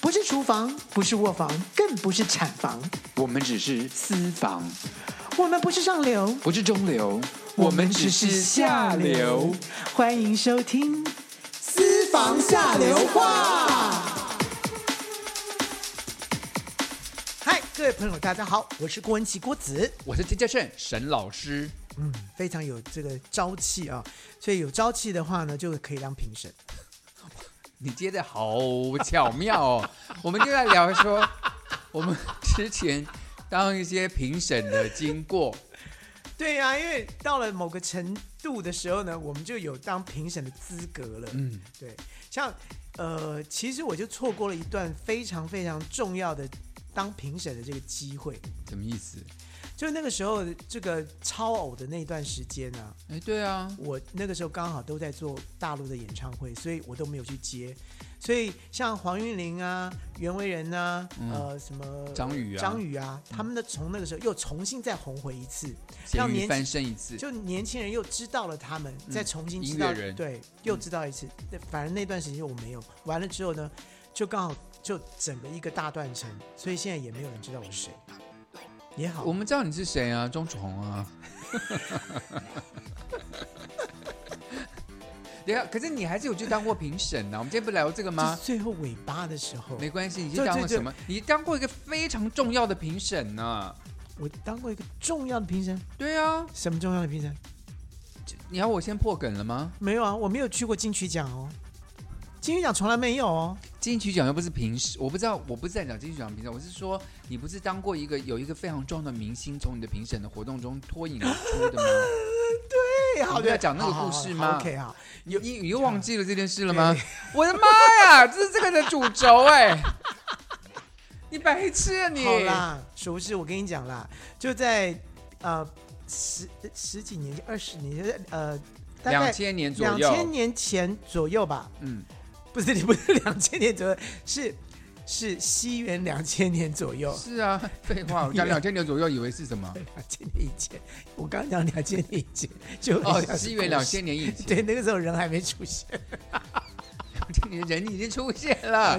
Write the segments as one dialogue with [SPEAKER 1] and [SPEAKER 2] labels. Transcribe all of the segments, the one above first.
[SPEAKER 1] 不是厨房，不是卧房，更不是产房，
[SPEAKER 2] 我们只是私房，
[SPEAKER 1] 我们不是上流，
[SPEAKER 2] 不是中流，我们只是下流。。
[SPEAKER 1] 欢迎收听《
[SPEAKER 2] 私房下流话。
[SPEAKER 1] 嗨，各位朋友，大家好，我是郭文琪郭子，
[SPEAKER 2] 我是金家胜沈老师，
[SPEAKER 1] 嗯，非常有这个朝气啊，所以有朝气的话呢，就可以当评审。
[SPEAKER 2] 你接的好巧妙哦。 我们就在聊说，我们之前当一些评审的经过，
[SPEAKER 1] 对呀、因为到了某个程度的时候呢，我们就有当评审的资格了。
[SPEAKER 2] 嗯，
[SPEAKER 1] 对，像呃，其实我就错过了一段非常非常重要的当评审的这个机会，
[SPEAKER 2] 什么意思？
[SPEAKER 1] 就那个时候这个超偶的那段时间呢、
[SPEAKER 2] 哎，对啊，
[SPEAKER 1] 我那个时候刚好都在做大陆的演唱会，所以我都没有去接。所以像黄韵玲啊、袁惟仁啊、
[SPEAKER 2] 嗯
[SPEAKER 1] 呃什么
[SPEAKER 2] 张宇啊
[SPEAKER 1] 张宇啊，他们的从那个时候又重新再红回一次，
[SPEAKER 2] 咸
[SPEAKER 1] 让
[SPEAKER 2] 鱼
[SPEAKER 1] 年
[SPEAKER 2] 翻身一次，
[SPEAKER 1] 就年轻人又知道了他们，
[SPEAKER 2] 嗯
[SPEAKER 1] 再重新
[SPEAKER 2] 音
[SPEAKER 1] 知
[SPEAKER 2] 乐
[SPEAKER 1] 道，
[SPEAKER 2] 人嗯
[SPEAKER 1] 对，又知道一次。那反正那段时间我没有，完了之后呢，就刚好就整个一个大断层，所以现在也没有人知道我是谁，也好
[SPEAKER 2] 我。们知道你是谁啊，钟楚红啊。对啊，可是你还是有去当过评审呢、啊我们今天不聊这
[SPEAKER 1] 就是
[SPEAKER 2] 个吗？
[SPEAKER 1] 最后尾巴的时候，
[SPEAKER 2] 没关系，你去
[SPEAKER 1] 对
[SPEAKER 2] 当
[SPEAKER 1] 对
[SPEAKER 2] 过
[SPEAKER 1] 对
[SPEAKER 2] 什么？你当过一个非常重要的评审呢、
[SPEAKER 1] 我当过一个重要的评审，
[SPEAKER 2] 对啊，
[SPEAKER 1] 什么重要的评审？
[SPEAKER 2] 你要我先破梗了吗？
[SPEAKER 1] 没有啊，我没有去过金曲奖哦，金曲奖从来没有哦。
[SPEAKER 2] 金曲奖又不是评审，我不知道，我不是在讲金曲奖评审，我是说你不是当过一个有一个非常重要的明星从你的评审的活动中脱颖而出的吗？
[SPEAKER 1] 对，好
[SPEAKER 2] 你不要讲那个故事吗
[SPEAKER 1] o k 好，
[SPEAKER 2] 你你你又忘记了这件事了吗？我的妈呀，这是这个的主轴哎、你白痴啊你！
[SPEAKER 1] 好啦， 熟是我跟你讲啦，就在呃十十几年前、二十年前，呃，大
[SPEAKER 2] 两
[SPEAKER 1] 概
[SPEAKER 2] 千年左
[SPEAKER 1] 两
[SPEAKER 2] 右，
[SPEAKER 1] 千年前左右吧，
[SPEAKER 2] 嗯，
[SPEAKER 1] 不是，不是两千年左右，是是西元两千年左右，
[SPEAKER 2] 是啊，废话，我讲两千年左右以为是什么？
[SPEAKER 1] 两千年以前，我刚刚讲两千年以 前，就
[SPEAKER 2] 哦
[SPEAKER 1] 好像，是
[SPEAKER 2] 西元
[SPEAKER 1] 故
[SPEAKER 2] 两
[SPEAKER 1] 事，
[SPEAKER 2] 千年以前，
[SPEAKER 1] 对，那个时候人还没出现。
[SPEAKER 2] 两千年人已经出现 了，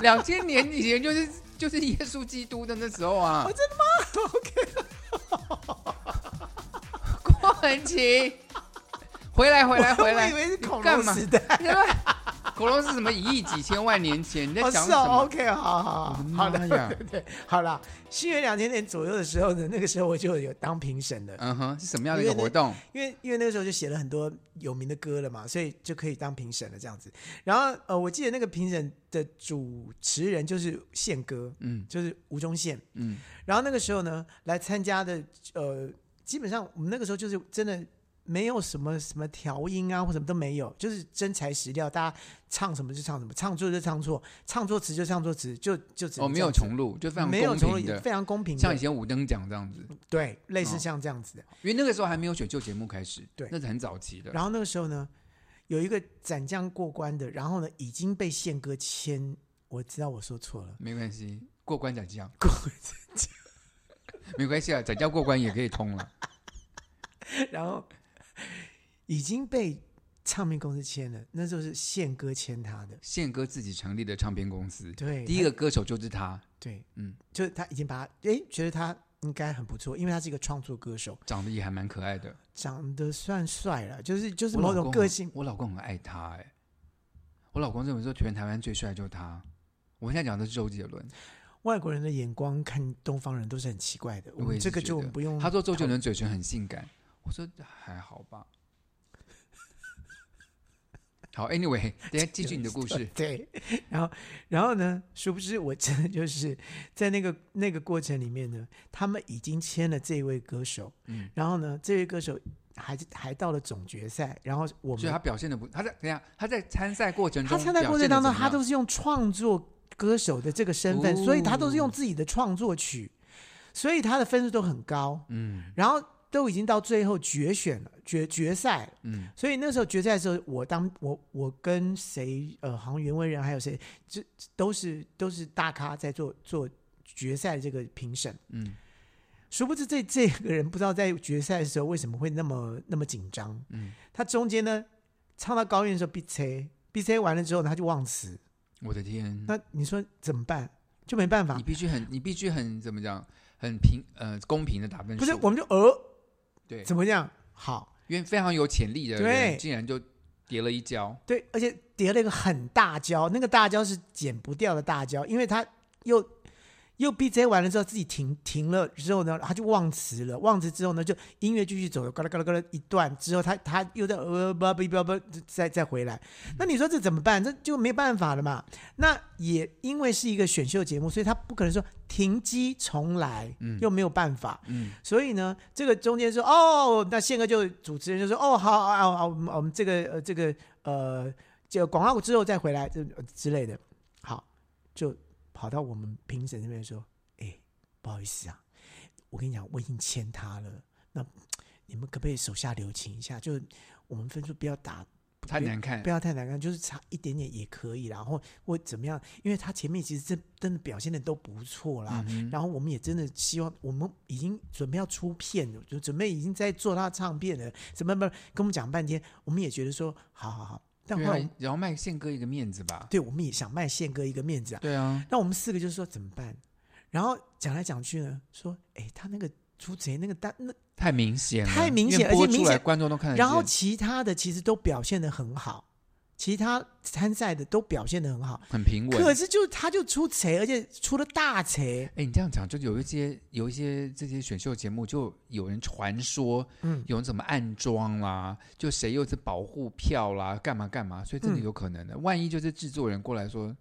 [SPEAKER 2] 两千年以前就是就是耶稣基督的那时候啊
[SPEAKER 1] 哦，真的吗？OK，
[SPEAKER 2] 郭文琪，回来回来 回
[SPEAKER 1] 我
[SPEAKER 2] 来
[SPEAKER 1] 以， 为是恐
[SPEAKER 2] 干
[SPEAKER 1] 龙
[SPEAKER 2] 嘛
[SPEAKER 1] 时代。
[SPEAKER 2] 恐龙是什么一亿几千万年前？你在
[SPEAKER 1] 哦，
[SPEAKER 2] 讲
[SPEAKER 1] 是
[SPEAKER 2] 什么？
[SPEAKER 1] 哦，OK，好好好，好的，
[SPEAKER 2] 我的妈呀
[SPEAKER 1] 对对对，好啦，西元两千年左右的时候呢，那个时候我就有当评审了，
[SPEAKER 2] 嗯哼，是什么样的一个活动？
[SPEAKER 1] 因为因为那个时候就写了很多有名的歌了嘛，所以就可以当评审了这样子。然后呃，我记得那个评审的主持人就是宪哥，
[SPEAKER 2] 嗯
[SPEAKER 1] 就是吴宗宪。
[SPEAKER 2] 嗯，
[SPEAKER 1] 然后那个时候呢，来参加的呃，基本上我们那个时候就是真的没有什么什么调音啊或什么都没有，就是真材实料，大家唱什么就唱什么，唱错就唱错，唱错词就唱错词，就就只能
[SPEAKER 2] 哦，没有
[SPEAKER 1] 这样
[SPEAKER 2] 重录，就非
[SPEAKER 1] 子
[SPEAKER 2] 常
[SPEAKER 1] 没有
[SPEAKER 2] 公
[SPEAKER 1] 重
[SPEAKER 2] 平
[SPEAKER 1] 录，
[SPEAKER 2] 的，
[SPEAKER 1] 非常公平的，
[SPEAKER 2] 像以前五等奖这样子。
[SPEAKER 1] 对，类似
[SPEAKER 2] 哦
[SPEAKER 1] 像这样子的。
[SPEAKER 2] 因为那个时候还没有选秀节目开始，
[SPEAKER 1] 对
[SPEAKER 2] 那是很早期的。
[SPEAKER 1] 然后那个时候呢，有一个斩将过关的，然后呢已经被宪哥签，我知道我说错了，
[SPEAKER 2] 没关系，过关斩将，
[SPEAKER 1] 过
[SPEAKER 2] 没关系啊，斩将过关也可以通了。
[SPEAKER 1] 然后已经被唱片公司签了，那时候是宪哥签他的。
[SPEAKER 2] 宪哥自己成立的唱片公司，
[SPEAKER 1] 对，
[SPEAKER 2] 第一个歌手就是他，
[SPEAKER 1] 对，
[SPEAKER 2] 嗯
[SPEAKER 1] 嗯，就是他已经把他，诶，觉得他应该很不错，因为他是一个创作歌手，
[SPEAKER 2] 长得也还蛮可爱的。
[SPEAKER 1] 长得算帅了，就是就是
[SPEAKER 2] 我老
[SPEAKER 1] 某
[SPEAKER 2] 公
[SPEAKER 1] 种
[SPEAKER 2] 啊
[SPEAKER 1] 个性。
[SPEAKER 2] 我老公很爱他哎、我老公认为说全台湾最帅就是他。我现在讲的是周杰伦，
[SPEAKER 1] 外国人的眼光看东方人都是很奇怪的，我
[SPEAKER 2] 我也
[SPEAKER 1] 们
[SPEAKER 2] 是
[SPEAKER 1] 这个
[SPEAKER 2] 觉
[SPEAKER 1] 就
[SPEAKER 2] 得
[SPEAKER 1] 不用。
[SPEAKER 2] 他说周杰伦嘴唇很性感，我说还好吧。好，Anyway，等一下继续你 的故 事。
[SPEAKER 1] 对，然后然后呢，殊不知我真的就是在那个那个过程里面呢，他们已经签了这位歌手，
[SPEAKER 2] 嗯
[SPEAKER 1] 然后呢，这位歌手还还到了总决赛，然后我
[SPEAKER 2] 所
[SPEAKER 1] 们
[SPEAKER 2] 以他表现的不，他在等一下他在参赛过程中，
[SPEAKER 1] 他参赛过程当中，他都是用创作歌手的这个身份，
[SPEAKER 2] 哦
[SPEAKER 1] 所以他都是用自己的创作曲，所以他的分数都很高。
[SPEAKER 2] 嗯
[SPEAKER 1] 然后都已经到最后决选了，决决赛了。
[SPEAKER 2] 嗯
[SPEAKER 1] 所以那时候决赛的时候，我当我我跟谁呃，好像袁惟仁还有谁，这都是都是大咖在做做决赛的这个评审。
[SPEAKER 2] 嗯
[SPEAKER 1] 殊不知这这个人不知道在决赛的时候为什么会那么那么紧张，
[SPEAKER 2] 嗯，
[SPEAKER 1] 他中间呢唱到高音的时候 B C B C 完了之后呢，他就忘词，
[SPEAKER 2] 我的天，
[SPEAKER 1] 那你说怎么办？就没办法
[SPEAKER 2] 你，必须很，你必须很怎么讲，很平呃公平的打分数，
[SPEAKER 1] 不是我们就呃
[SPEAKER 2] 对，
[SPEAKER 1] 怎么样好
[SPEAKER 2] 因为非常有潜力的
[SPEAKER 1] 对
[SPEAKER 2] 人竟然就跌了一跤，
[SPEAKER 1] 对，而且叠了一个很大胶，那个大胶是剪不掉的大胶，因为他又又 BJ 完了之后自己停停了之后呢，他就忘词了，忘词之后呢，就音乐继续走了，嘎啦嘎啦嘎啦一段之后，他他又在呃不不不不再再回来，那你说这怎么办？这就没办法了嘛。那也因为是一个选秀节目，所以他不可能说停机重来，
[SPEAKER 2] 嗯
[SPEAKER 1] 又没有办法。
[SPEAKER 2] 嗯，
[SPEAKER 1] 所以呢，这个中间说哦，那宪哥就主持人就说哦，好啊啊啊，我们我们这个呃这个呃，就广告之后再回来这、呃之类的，好，就跑到我们评审那边说，哎，不好意思啊，我跟你讲，我已经签他了，那你们可不可以手下留情一下？就我们分数不要打
[SPEAKER 2] 太难看
[SPEAKER 1] 不，要太难看，就是差一点点也可以啦，然后或怎么样，因为他前面其实真真的表现的都不错啦，
[SPEAKER 2] 嗯哼
[SPEAKER 1] 然后我们也真的希望，我们已经准备要出片了，就准备已经在做他唱片了，怎么不跟我们讲半天，我们也觉得说，好好好，但后
[SPEAKER 2] 对
[SPEAKER 1] 来
[SPEAKER 2] 啊
[SPEAKER 1] 我们
[SPEAKER 2] 然后卖宪哥一个面子吧，
[SPEAKER 1] 对我们也想卖宪哥一个面子啊，
[SPEAKER 2] 对啊，
[SPEAKER 1] 那我们四个就说怎么办？然后讲来讲去呢，说，哎，他那个出贼那个单那
[SPEAKER 2] 太明显了，
[SPEAKER 1] 太明显
[SPEAKER 2] 因为播
[SPEAKER 1] 而且明
[SPEAKER 2] 出来
[SPEAKER 1] 显
[SPEAKER 2] 观众都看得见，
[SPEAKER 1] 然后其他的其实都表现的很好，其他参赛的都表现的很好，
[SPEAKER 2] 很平稳，
[SPEAKER 1] 可是就他就出贼，而且出了大贼，
[SPEAKER 2] 哎，你这样讲，就有一些有一些这些选秀节目，就有人传说，
[SPEAKER 1] 嗯
[SPEAKER 2] 有人怎么暗装啦，就谁又是保护票啦，干嘛干嘛，所以真的
[SPEAKER 1] 嗯
[SPEAKER 2] 有可能的。万一就是制作人过来说，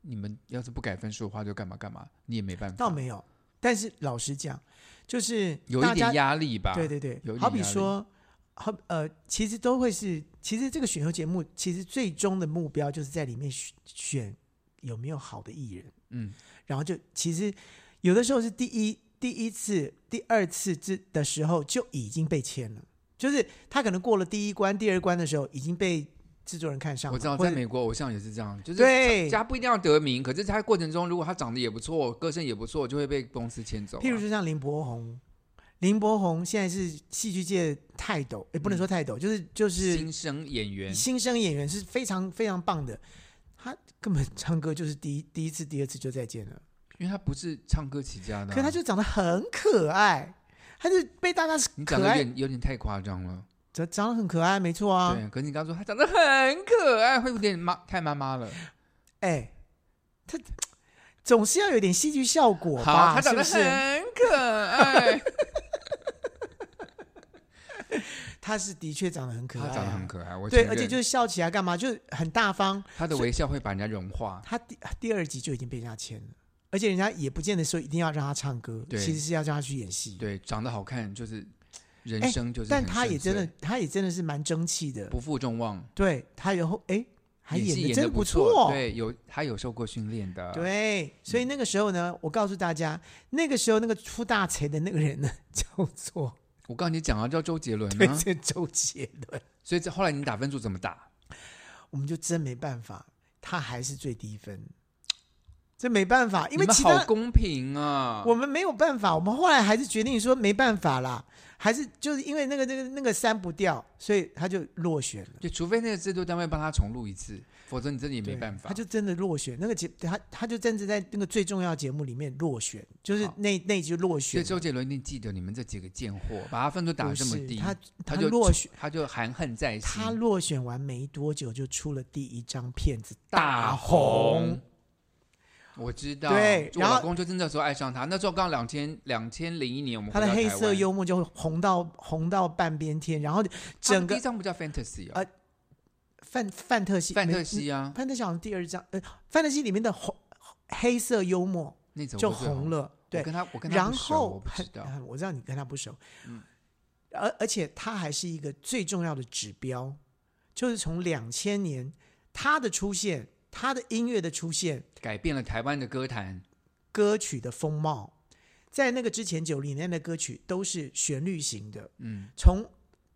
[SPEAKER 2] 你们要是不改分数的话，就干嘛干嘛，你也没办法，
[SPEAKER 1] 倒没有。但是老实讲，就是
[SPEAKER 2] 有
[SPEAKER 1] 大
[SPEAKER 2] 一
[SPEAKER 1] 家
[SPEAKER 2] 点压力吧？
[SPEAKER 1] 对对对
[SPEAKER 2] 有，一啊
[SPEAKER 1] 好
[SPEAKER 2] 点
[SPEAKER 1] 比
[SPEAKER 2] 压力
[SPEAKER 1] 说，好呃，其实都会是，其实这个选秀节目，其实最终的目标就是在里面选选有没有好的艺人，
[SPEAKER 2] 嗯，
[SPEAKER 1] 然后就其实有的时候是第一第一次、第二次之的时候就已经被签了，就是他可能过了第一关、第二关的时候已经被制作人看上了，
[SPEAKER 2] 我知道，
[SPEAKER 1] 或
[SPEAKER 2] 在
[SPEAKER 1] 者
[SPEAKER 2] 美国偶像也是这样，就是
[SPEAKER 1] 对，
[SPEAKER 2] 他不一定要得名，可是他过程中如果他长得也不错，歌声也不错，就会被公司签走啊、
[SPEAKER 1] 譬如说像林柏宏。林柏宏现在是戏剧界的泰斗，也不能说泰斗，就是就是
[SPEAKER 2] 嗯新生演员，
[SPEAKER 1] 新生演员是非常非常棒的，他根本唱歌就是第一第一次、第二次就再见了，
[SPEAKER 2] 因为他不是唱歌起家
[SPEAKER 1] 可
[SPEAKER 2] 的啊、
[SPEAKER 1] 是他就长得很可爱，他就被大家是
[SPEAKER 2] 你讲
[SPEAKER 1] 可
[SPEAKER 2] 的有
[SPEAKER 1] 爱，
[SPEAKER 2] 点有点太夸张了。
[SPEAKER 1] 长长得很可爱，没错啊，
[SPEAKER 2] 对，可是你刚刚说他长得很可爱，会有点妈太妈妈了。
[SPEAKER 1] 哎，他总是要有点戏剧效果
[SPEAKER 2] 好，
[SPEAKER 1] 吧？
[SPEAKER 2] 他
[SPEAKER 1] 是
[SPEAKER 2] 长
[SPEAKER 1] 不
[SPEAKER 2] 得
[SPEAKER 1] 是？
[SPEAKER 2] 很可爱，
[SPEAKER 1] 他是的确长得 很可爱
[SPEAKER 2] 他
[SPEAKER 1] 啊，
[SPEAKER 2] 长得很可爱，我
[SPEAKER 1] 对，
[SPEAKER 2] 承
[SPEAKER 1] 而且
[SPEAKER 2] 认
[SPEAKER 1] 就是笑起来干嘛，就是很大方。
[SPEAKER 2] 他的微笑会把人家融化。
[SPEAKER 1] 他第第二集就已经被人家签了，而且人家也不见得说一定要让他唱歌，
[SPEAKER 2] 对
[SPEAKER 1] 其实是要让他去演戏。
[SPEAKER 2] 对，长得好看就是人
[SPEAKER 1] 哎
[SPEAKER 2] 生就是
[SPEAKER 1] 但
[SPEAKER 2] 很顺遂，
[SPEAKER 1] 他也真的，他也真的是蛮争气的，
[SPEAKER 2] 不负众望，
[SPEAKER 1] 对他以后哎，还
[SPEAKER 2] 演戏
[SPEAKER 1] 的
[SPEAKER 2] 演
[SPEAKER 1] 真
[SPEAKER 2] 的
[SPEAKER 1] 不
[SPEAKER 2] 不
[SPEAKER 1] 错，
[SPEAKER 2] 对，有他有受过训练的，，
[SPEAKER 1] 对所以那个时候呢，我告诉大家，那个时候那个出大贼的那个人呢， 叫做
[SPEAKER 2] 我告诉你讲啊，叫周杰伦
[SPEAKER 1] 对
[SPEAKER 2] 啊，
[SPEAKER 1] 这周杰伦，
[SPEAKER 2] 所以这后来你打分数怎么打？
[SPEAKER 1] 我们就真没办法，他还是最低分，这没办法，因为
[SPEAKER 2] 哎你们
[SPEAKER 1] 其
[SPEAKER 2] 好
[SPEAKER 1] 他
[SPEAKER 2] 公平啊，
[SPEAKER 1] 我们没有办法，我们后来还是决定说没办法啦，还是就是因为那个那个那个删不掉，所以他就落选了。
[SPEAKER 2] 就除非那个制作单位帮他重录一次，否则你真的也没
[SPEAKER 1] 对
[SPEAKER 2] 办法。
[SPEAKER 1] 他就真的落选。那个节，他他就真的在那个最重要的节目里面落选，就是
[SPEAKER 2] 好
[SPEAKER 1] 那那一集就落
[SPEAKER 2] 所
[SPEAKER 1] 选
[SPEAKER 2] 以
[SPEAKER 1] 了。
[SPEAKER 2] 周杰伦一定记得你们这几个贱货，把他分数打
[SPEAKER 1] 不
[SPEAKER 2] 得这么
[SPEAKER 1] 是
[SPEAKER 2] 低，
[SPEAKER 1] 他
[SPEAKER 2] 他
[SPEAKER 1] 他
[SPEAKER 2] 就
[SPEAKER 1] 落选，
[SPEAKER 2] 他就含恨在心。
[SPEAKER 1] 他落选完没多久就出了第一张片子
[SPEAKER 2] 大
[SPEAKER 1] 红
[SPEAKER 2] 红，，我知道。
[SPEAKER 1] 对
[SPEAKER 2] 就我
[SPEAKER 1] 然后
[SPEAKER 2] 老公就是那时候爱上他，那时候刚两千两千零一年，我们
[SPEAKER 1] 他
[SPEAKER 2] 回
[SPEAKER 1] 的
[SPEAKER 2] 到
[SPEAKER 1] 黑
[SPEAKER 2] 台
[SPEAKER 1] 色
[SPEAKER 2] 湾
[SPEAKER 1] 幽默就红到红到半边天，然后
[SPEAKER 2] 他们
[SPEAKER 1] 整
[SPEAKER 2] 第
[SPEAKER 1] 个
[SPEAKER 2] 一张不叫 fantasy
[SPEAKER 1] 啊
[SPEAKER 2] 啊，
[SPEAKER 1] 范范特西
[SPEAKER 2] 范
[SPEAKER 1] 没
[SPEAKER 2] 特西啊，
[SPEAKER 1] 范特西好像第二张，呃，范特西里面的红黑色幽默
[SPEAKER 2] 那首
[SPEAKER 1] 就
[SPEAKER 2] 歌最
[SPEAKER 1] 红
[SPEAKER 2] 红。
[SPEAKER 1] 了，对
[SPEAKER 2] 我，跟他我跟他
[SPEAKER 1] 然
[SPEAKER 2] 不熟，我
[SPEAKER 1] 后
[SPEAKER 2] 不知道。
[SPEAKER 1] 很我知道你跟他不熟，
[SPEAKER 2] 嗯
[SPEAKER 1] 而而且他还是一个最重要的指标，就是从两千年他的出现，他的音乐的出现，
[SPEAKER 2] 改变了台湾的歌坛，
[SPEAKER 1] 歌曲的风貌，在那个之前九零年代的歌曲都是旋律型的，
[SPEAKER 2] 嗯，
[SPEAKER 1] 从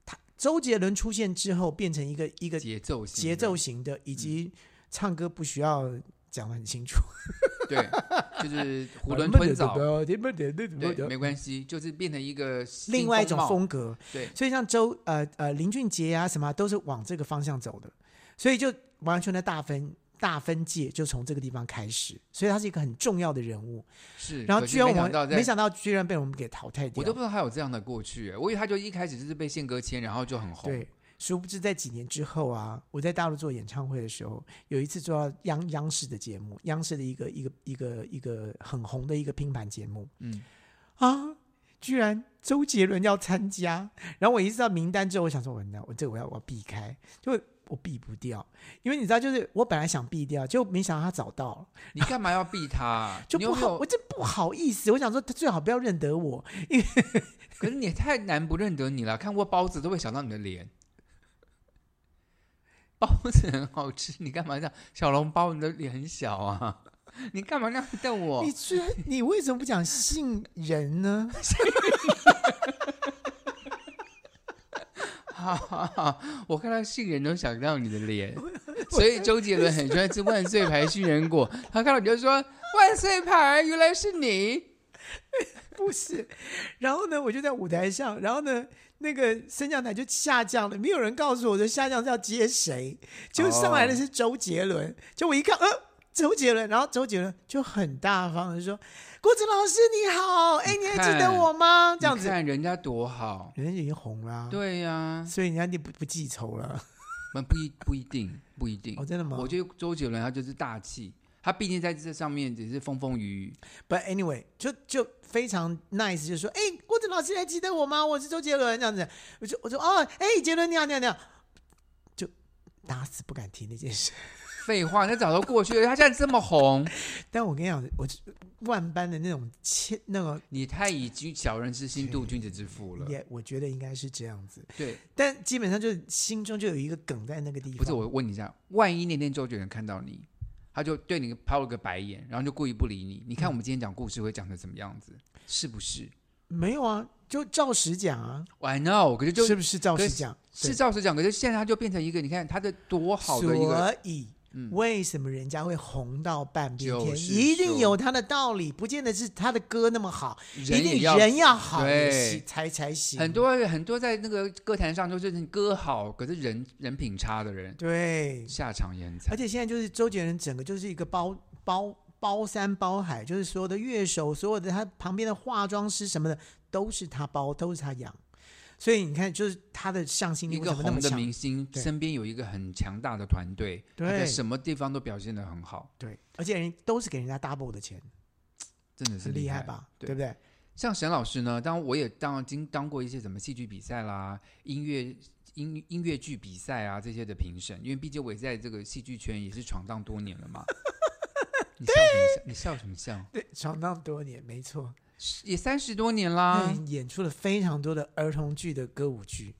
[SPEAKER 1] 他周杰伦出现之后，变成一个一个
[SPEAKER 2] 节奏型的嗯
[SPEAKER 1] 节奏型的，以及唱歌不需要讲的很清楚，
[SPEAKER 2] 对， 就是囫囵吞枣。对，没关系，就是变成一个新
[SPEAKER 1] 另外一种
[SPEAKER 2] 貌
[SPEAKER 1] 风格，
[SPEAKER 2] 对，
[SPEAKER 1] 所以像周呃呃林俊杰啊什么啊都是往这个方向走的，所以就完全的大分大分界就从这个地方开始，所以他是一个很重要的人物。
[SPEAKER 2] 是，
[SPEAKER 1] 然后
[SPEAKER 2] 可是
[SPEAKER 1] 居然
[SPEAKER 2] 没
[SPEAKER 1] 我
[SPEAKER 2] 想到
[SPEAKER 1] 们
[SPEAKER 2] 在
[SPEAKER 1] 没想到居然被我们给淘汰掉
[SPEAKER 2] 我都，不知道他有这样的过去耶，我以为他就一开始就是被宪哥签，然后就很红。
[SPEAKER 1] 对。殊不知，在几年之后啊，我在大陆做演唱会的时候，有一次做到央央视的节目，央视的一个一个一个一个很红的一个拼盘节目，
[SPEAKER 2] 嗯，
[SPEAKER 1] 啊，居然周杰伦要参加。然后我一知道名单之后，我想说，我那我这个我要我要避开，就我避不掉，因为你知道，就是我本来想避掉，就没想到他找到了，
[SPEAKER 2] 你干嘛要避他？啊
[SPEAKER 1] 就
[SPEAKER 2] 你有
[SPEAKER 1] 不
[SPEAKER 2] 没
[SPEAKER 1] 好，
[SPEAKER 2] 有
[SPEAKER 1] 我？真不好意思。我想说，他最好不要认得我。
[SPEAKER 2] 可是你也太难不认得你了，看过包子都会想到你的脸。包子很好吃，你干嘛这样？小笼包，你的脸很小啊，你干嘛那样瞪我
[SPEAKER 1] 你？居然，你为什么不讲姓人呢？
[SPEAKER 2] 哈哈哈！我看到杏仁都想到你的脸， 所以周杰伦很喜欢吃万岁牌杏仁果，他看到你就说万岁牌，原来是你。
[SPEAKER 1] 不是。然后呢，我就在舞台上，然后呢，那个升降台就下降了，没有人告诉我说下降是要接谁，结果上来的是周杰伦，就我一看，呃，周杰伦，然后周杰伦就很大方的说：“郭子老师你好，哎，你还记得我吗？”这样
[SPEAKER 2] 你
[SPEAKER 1] 子，
[SPEAKER 2] 看人家多好。
[SPEAKER 1] 人家已经红了、啊，，
[SPEAKER 2] 对呀、
[SPEAKER 1] 所以人家就不不记仇了。
[SPEAKER 2] 那不一不一定，不一定。
[SPEAKER 1] 哦，真的吗？
[SPEAKER 2] 我觉得周杰伦他就是大气，他毕竟在这上面只是风风雨雨。
[SPEAKER 1] But anyway，就就非常 nice，就说，哎、郭子老师还记得我吗？我是周杰伦这样子。我就我说，哦，哎、杰伦你好你好你好，就打死不敢提那件事。
[SPEAKER 2] 废话，他早都过去了，他现在这么红，
[SPEAKER 1] 但我跟你讲，我就万般的那种切那个
[SPEAKER 2] 你太以居小人之心度君子之腹了。
[SPEAKER 1] 也，我觉得应该是这样子。
[SPEAKER 2] 对，
[SPEAKER 1] 但基本上就是心中就有一个梗在那个地方。
[SPEAKER 2] 不是我问你一下，万一那天周杰伦看到你，他就对你抛了个白眼，然后就故意不理你。你看
[SPEAKER 1] 嗯
[SPEAKER 2] 我们今天讲故事会讲成什么样子，是不是
[SPEAKER 1] 没有啊，就照实讲啊，
[SPEAKER 2] ？I know，可是就是
[SPEAKER 1] 不是照
[SPEAKER 2] 可
[SPEAKER 1] 实
[SPEAKER 2] 是
[SPEAKER 1] 讲？
[SPEAKER 2] 是照实讲，可是现在他就变成一个，你看他的多好的一个，
[SPEAKER 1] 所以。
[SPEAKER 2] 嗯
[SPEAKER 1] 为什么人家会红到半边天？
[SPEAKER 2] 就是
[SPEAKER 1] 一定
[SPEAKER 2] 说
[SPEAKER 1] 有他的道理，不见得是他的歌那么好，一
[SPEAKER 2] 人也
[SPEAKER 1] 定
[SPEAKER 2] 要
[SPEAKER 1] 人要好也
[SPEAKER 2] 对
[SPEAKER 1] 行才才行。
[SPEAKER 2] 很多很多在那个歌坛上都是你歌好，可是人人品差的人，
[SPEAKER 1] 对，
[SPEAKER 2] 下场也很
[SPEAKER 1] 而
[SPEAKER 2] 惨。
[SPEAKER 1] 且现在就是周杰伦整个就是一个包包包山包海，就是所有的乐手，所有的他旁边的化妆师什么的都是他包，都是他养。所以你看，就是他的向心力
[SPEAKER 2] 一
[SPEAKER 1] 为什
[SPEAKER 2] 个
[SPEAKER 1] 么那么
[SPEAKER 2] 红的
[SPEAKER 1] 强？
[SPEAKER 2] 明星
[SPEAKER 1] 对
[SPEAKER 2] 身边有一个很强大的团队，他在
[SPEAKER 1] 对
[SPEAKER 2] 什么地方都表现的很好，
[SPEAKER 1] 对，而且人都是给人家 double 的钱，
[SPEAKER 2] 真的是
[SPEAKER 1] 很厉
[SPEAKER 2] 害
[SPEAKER 1] 吧？
[SPEAKER 2] 对
[SPEAKER 1] 对不对？
[SPEAKER 2] 像沈老师呢，当然我也当经当过一些什么戏剧比赛啦、音乐音音乐剧比赛啊这些的评审，因为毕竟我也在这个戏剧圈也是闯荡多年 了嘛。你笑什么笑？你笑什么笑？
[SPEAKER 1] 对，闯荡多年，没错。
[SPEAKER 2] 也三十多年
[SPEAKER 1] 啊
[SPEAKER 2] 啦，，
[SPEAKER 1] 演出了非常多的儿童剧的歌舞剧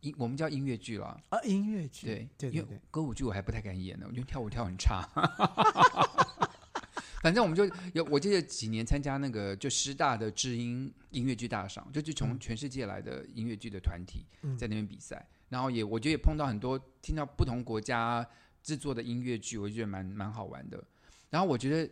[SPEAKER 2] 音我们叫音乐剧啦。
[SPEAKER 1] 啊，音乐剧。
[SPEAKER 2] 对
[SPEAKER 1] 对
[SPEAKER 2] 因
[SPEAKER 1] 对
[SPEAKER 2] 为
[SPEAKER 1] 对，
[SPEAKER 2] 歌舞剧我还不太敢演呢，我觉得跳舞跳很差。 反正我们就有，我记得几年参加那个就师大的知音音乐剧大赏，就是从全世界来的音乐剧的团体
[SPEAKER 1] 嗯
[SPEAKER 2] 在那边比赛，然后也我觉得也碰到很多听到不同国家制作的音乐剧，我就觉得蛮蛮好玩的。然后我觉得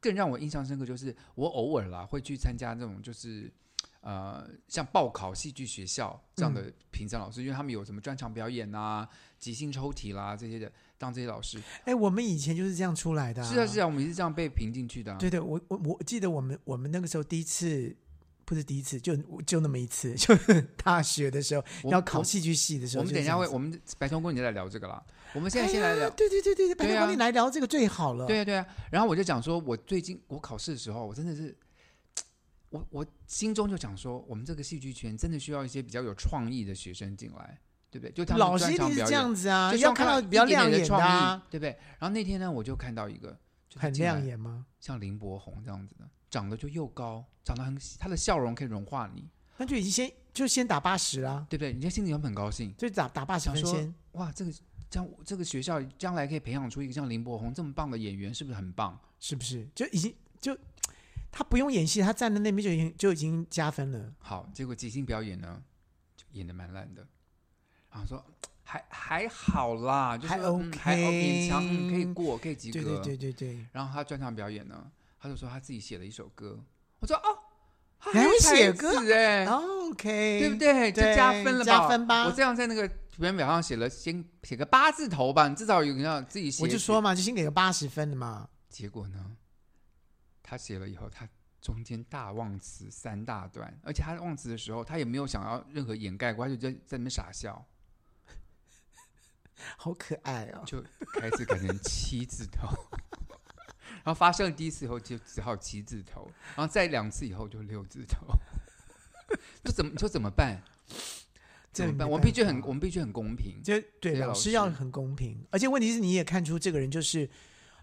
[SPEAKER 2] 更让我印象深刻就是我偶尔啦会去参加这种就是呃像报考戏剧学校这样
[SPEAKER 1] 嗯
[SPEAKER 2] 的评审老师，因为他们有什么专场表演啊、即兴抽题啦这些的，当这些老师。
[SPEAKER 1] 哎，我们以前就是这样出来的、
[SPEAKER 2] 是啊是啊，我们也是这样被评进去的、啊。
[SPEAKER 1] 对对，我我我记得我们我们那个时候第一次，不是第一次，就就那么一次， 就是大学的时候
[SPEAKER 2] 我们
[SPEAKER 1] 要考戏剧系的时
[SPEAKER 2] 我
[SPEAKER 1] 候
[SPEAKER 2] 们
[SPEAKER 1] 就
[SPEAKER 2] 等
[SPEAKER 1] 是
[SPEAKER 2] 一
[SPEAKER 1] 这
[SPEAKER 2] 下
[SPEAKER 1] 样
[SPEAKER 2] 会，
[SPEAKER 1] 子，
[SPEAKER 2] 我们白头公你再来聊这个啦。我们现在先来
[SPEAKER 1] 哎
[SPEAKER 2] 聊，
[SPEAKER 1] 呀对对对对对，白
[SPEAKER 2] 对
[SPEAKER 1] 头
[SPEAKER 2] 啊
[SPEAKER 1] 宫你来聊这个最好了。
[SPEAKER 2] 对啊呀、对呀、然后我就讲说，我最近我考试的时候，我真的是，我我心中就想说，我们这个戏剧圈真的需要一些比较有创意的学生进来，对不对？就他们
[SPEAKER 1] 老师
[SPEAKER 2] 专
[SPEAKER 1] 一定是
[SPEAKER 2] 场表
[SPEAKER 1] 这
[SPEAKER 2] 演
[SPEAKER 1] 样子啊，
[SPEAKER 2] 就希
[SPEAKER 1] 要
[SPEAKER 2] 望
[SPEAKER 1] 看到
[SPEAKER 2] 到
[SPEAKER 1] 比较
[SPEAKER 2] 一点
[SPEAKER 1] 亮
[SPEAKER 2] 点的
[SPEAKER 1] 眼
[SPEAKER 2] 创意，
[SPEAKER 1] 啊，
[SPEAKER 2] 对不对？然后那天呢，我就看到一个，就是
[SPEAKER 1] 很
[SPEAKER 2] 进来
[SPEAKER 1] 亮，眼吗？
[SPEAKER 2] 像林柏宏这样子的，长得就又高，长得很，他的笑容可以融化你，
[SPEAKER 1] 那就已经先就先打八十啦，
[SPEAKER 2] 对不对？人家心里有很高兴，
[SPEAKER 1] 就打打八十
[SPEAKER 2] 想
[SPEAKER 1] 分
[SPEAKER 2] 说
[SPEAKER 1] 先。
[SPEAKER 2] 哇，这个这样这个学校将来可以培养出一个像林柏宏这么棒的演员，是不是很棒？
[SPEAKER 1] 是不是？就已经就他不用演戏，他站在那边就已经就已经加分了。
[SPEAKER 2] 好，结果即兴表演呢，就演的蛮烂的。然后说还还好啦，就是
[SPEAKER 1] 还
[SPEAKER 2] 说嗯还
[SPEAKER 1] OK
[SPEAKER 2] 勉强、嗯可以过，可以及格。
[SPEAKER 1] 对对对对对，
[SPEAKER 2] 然后他专场表演呢，他就说他自己写了一首歌。我说哦，他
[SPEAKER 1] 你还会写
[SPEAKER 2] 才
[SPEAKER 1] 歌哦
[SPEAKER 2] 子哎、
[SPEAKER 1] ，OK，
[SPEAKER 2] 对不？对？就
[SPEAKER 1] 对
[SPEAKER 2] 加分了吧？
[SPEAKER 1] 加分吧
[SPEAKER 2] 我这样在那个图片表上写了，先写个八字头吧，你至少有人要自己写。
[SPEAKER 1] 我就说，嘛，就先给个八十分的嘛。
[SPEAKER 2] 结果呢，他写了以后，他中间大忘词三大段，而且他忘词的时候，他也没有想要任何掩盖过，他就在在那边傻笑，
[SPEAKER 1] 好可爱哦！
[SPEAKER 2] 就开始改成七字头。 然后发生了第一次以后，就只好七字头，然后再两次以后就六字头， 就怎么就怎么办？
[SPEAKER 1] 这
[SPEAKER 2] 怎么
[SPEAKER 1] 没
[SPEAKER 2] 办？我们
[SPEAKER 1] 办
[SPEAKER 2] 必须很
[SPEAKER 1] 法
[SPEAKER 2] 我们必须很公平。
[SPEAKER 1] 就对
[SPEAKER 2] 对
[SPEAKER 1] 老
[SPEAKER 2] 老
[SPEAKER 1] 师要
[SPEAKER 2] 师
[SPEAKER 1] 很公平，而且问题是你也看出这个人就是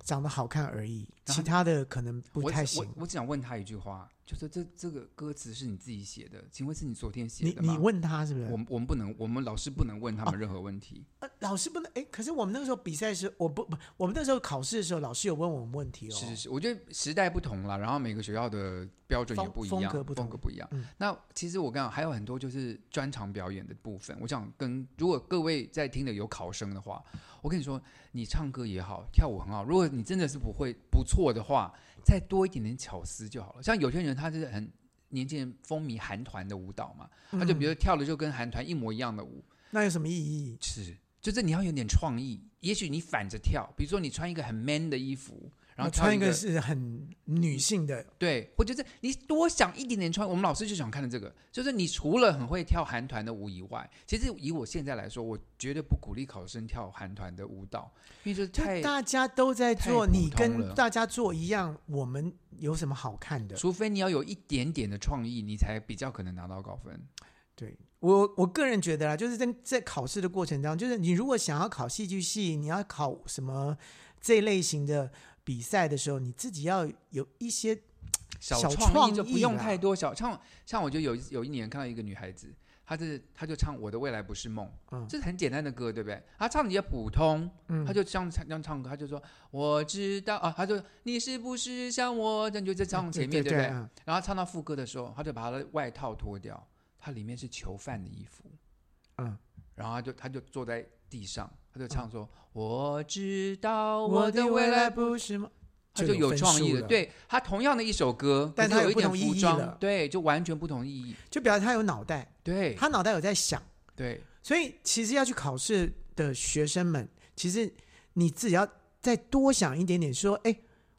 [SPEAKER 1] 长得好看而已，
[SPEAKER 2] 然后
[SPEAKER 1] 其他的可能不
[SPEAKER 2] 啊我
[SPEAKER 1] 太
[SPEAKER 2] 只
[SPEAKER 1] 行
[SPEAKER 2] 我。我只想问他一句话，就说这这个歌词是你自己写的，请问是你昨天写
[SPEAKER 1] 你
[SPEAKER 2] 的吗？
[SPEAKER 1] 你问他是不是？
[SPEAKER 2] 我们我们不能，我们老师不能问他们任何问题。
[SPEAKER 1] 呃老师不能哎，可是我们那个时候比赛时，我不不，我们那时候考试的时候，老师有问我们问题哦。
[SPEAKER 2] 是是是，我觉得时代不同了，然后每个学校的标准也
[SPEAKER 1] 风
[SPEAKER 2] 不一
[SPEAKER 1] 风
[SPEAKER 2] 样，
[SPEAKER 1] 格不同
[SPEAKER 2] 一样。
[SPEAKER 1] 嗯
[SPEAKER 2] 那其实我跟你讲，还有很多就是专场表演的部分。我想跟如果各位在听的有考生的话，我跟你说，你唱歌也好，跳舞很好，如果你真的是不会不错的话，再多一点点巧思就好了。像有些人他是很年轻人风靡韩团的舞蹈嘛，他就比如跳的就跟韩团一模一样的舞，
[SPEAKER 1] 嗯那有什么意义？
[SPEAKER 2] 是，就是你要有点创意。也许你反着跳，比如说你穿一个很 man 的衣服，然
[SPEAKER 1] 我
[SPEAKER 2] 后跳
[SPEAKER 1] 穿
[SPEAKER 2] 一
[SPEAKER 1] 一个是很女性的，
[SPEAKER 2] 对，或者是你多想一点点穿。我们老师就想看的这个，就是你除了很会跳韩团的舞以外，其实以我现在来说，我绝对不鼓励考生跳韩团的舞蹈，因为就是
[SPEAKER 1] 就
[SPEAKER 2] 太，
[SPEAKER 1] 大家都在
[SPEAKER 2] 太
[SPEAKER 1] 做，
[SPEAKER 2] 普
[SPEAKER 1] 你
[SPEAKER 2] 通
[SPEAKER 1] 跟
[SPEAKER 2] 了
[SPEAKER 1] 大家做一样，我们有什么好看的？
[SPEAKER 2] 除非你要有一点点的创意，你才比较可能拿到高分。
[SPEAKER 1] 对我我个人觉得啦，就是在在考试的过程当中，就是你如果想要考戏剧系，你要考什么这类型的比赛的时候，你自己要有一些
[SPEAKER 2] 小
[SPEAKER 1] 小
[SPEAKER 2] 创
[SPEAKER 1] 创
[SPEAKER 2] 意就不
[SPEAKER 1] 意
[SPEAKER 2] 用
[SPEAKER 1] 啦
[SPEAKER 2] 太多小，像像我就有一有一年看到一个女孩子，她就是她就唱《我的未来不是梦》，
[SPEAKER 1] 嗯
[SPEAKER 2] 这是很简单的歌，对不对？她唱的也普通，
[SPEAKER 1] 嗯
[SPEAKER 2] 她就这样唱这样唱歌，她就说我知道啊，她就你是不是像我，这样就在唱前面，
[SPEAKER 1] 对
[SPEAKER 2] 不
[SPEAKER 1] 对
[SPEAKER 2] 对？
[SPEAKER 1] 嗯
[SPEAKER 2] 然后唱到副歌的时候，她就把她的外套脱掉，她里面是囚犯的衣服，
[SPEAKER 1] 嗯，
[SPEAKER 2] 然后她就她就坐在地上，她就唱说、我知道
[SPEAKER 1] 我
[SPEAKER 2] 我的
[SPEAKER 1] 的
[SPEAKER 2] 未
[SPEAKER 1] 未
[SPEAKER 2] 来
[SPEAKER 1] 来
[SPEAKER 2] 不
[SPEAKER 1] 不是吗？
[SPEAKER 2] 他就有
[SPEAKER 1] 分
[SPEAKER 2] 创意
[SPEAKER 1] 数
[SPEAKER 2] 了。，对他同样的一首歌，
[SPEAKER 1] 但
[SPEAKER 2] 可是
[SPEAKER 1] 它有
[SPEAKER 2] 有一
[SPEAKER 1] 不
[SPEAKER 2] 点
[SPEAKER 1] 同意
[SPEAKER 2] 服
[SPEAKER 1] 义
[SPEAKER 2] 装
[SPEAKER 1] 了，
[SPEAKER 2] 对，就完全不同意义。
[SPEAKER 1] 就表示他有脑袋，
[SPEAKER 2] 对
[SPEAKER 1] 他脑袋有在想。
[SPEAKER 2] 对，
[SPEAKER 1] 所以其实要去考试的学生们，其实你自己要再多想一点点，说，哎，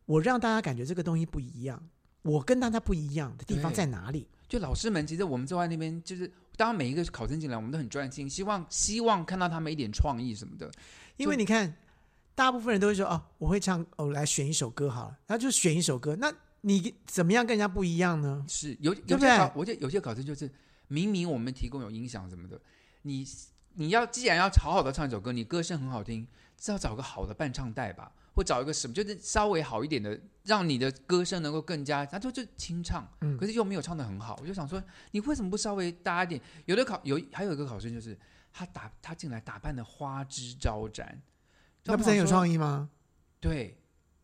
[SPEAKER 1] 我让大家感觉这个东西不一样，我跟大家不一样的地方
[SPEAKER 2] 对
[SPEAKER 1] 在哪里？
[SPEAKER 2] 就老师们，其实我们坐在那边，就是当每一个考生进来，我们都很专心，希望希望看到他们一点创意什么的。
[SPEAKER 1] 因为
[SPEAKER 2] 就
[SPEAKER 1] 你看，大部分人都会说，哦，我会唱，哦，来选一首歌好了，那就选一首歌。那你怎么样跟人家不一样呢？
[SPEAKER 2] 是有
[SPEAKER 1] 对
[SPEAKER 2] 有
[SPEAKER 1] 不
[SPEAKER 2] 些
[SPEAKER 1] 对
[SPEAKER 2] 考，我觉得有些考生就是明明我们提供有音响什么的，你你要既然要好好的唱一首歌，你歌声很好听，至少找个好的伴唱带吧，或找一个什么就是稍微好一点的，让你的歌声能够更加，他就就清唱，
[SPEAKER 1] 嗯
[SPEAKER 2] 可是又没有唱的很好，我就想说你为什么不稍微搭一点？有的考有还有一个考生就是他打他进来打扮的花枝招展，
[SPEAKER 1] 那不是很有创
[SPEAKER 2] 意？
[SPEAKER 1] 意吗？
[SPEAKER 2] 对，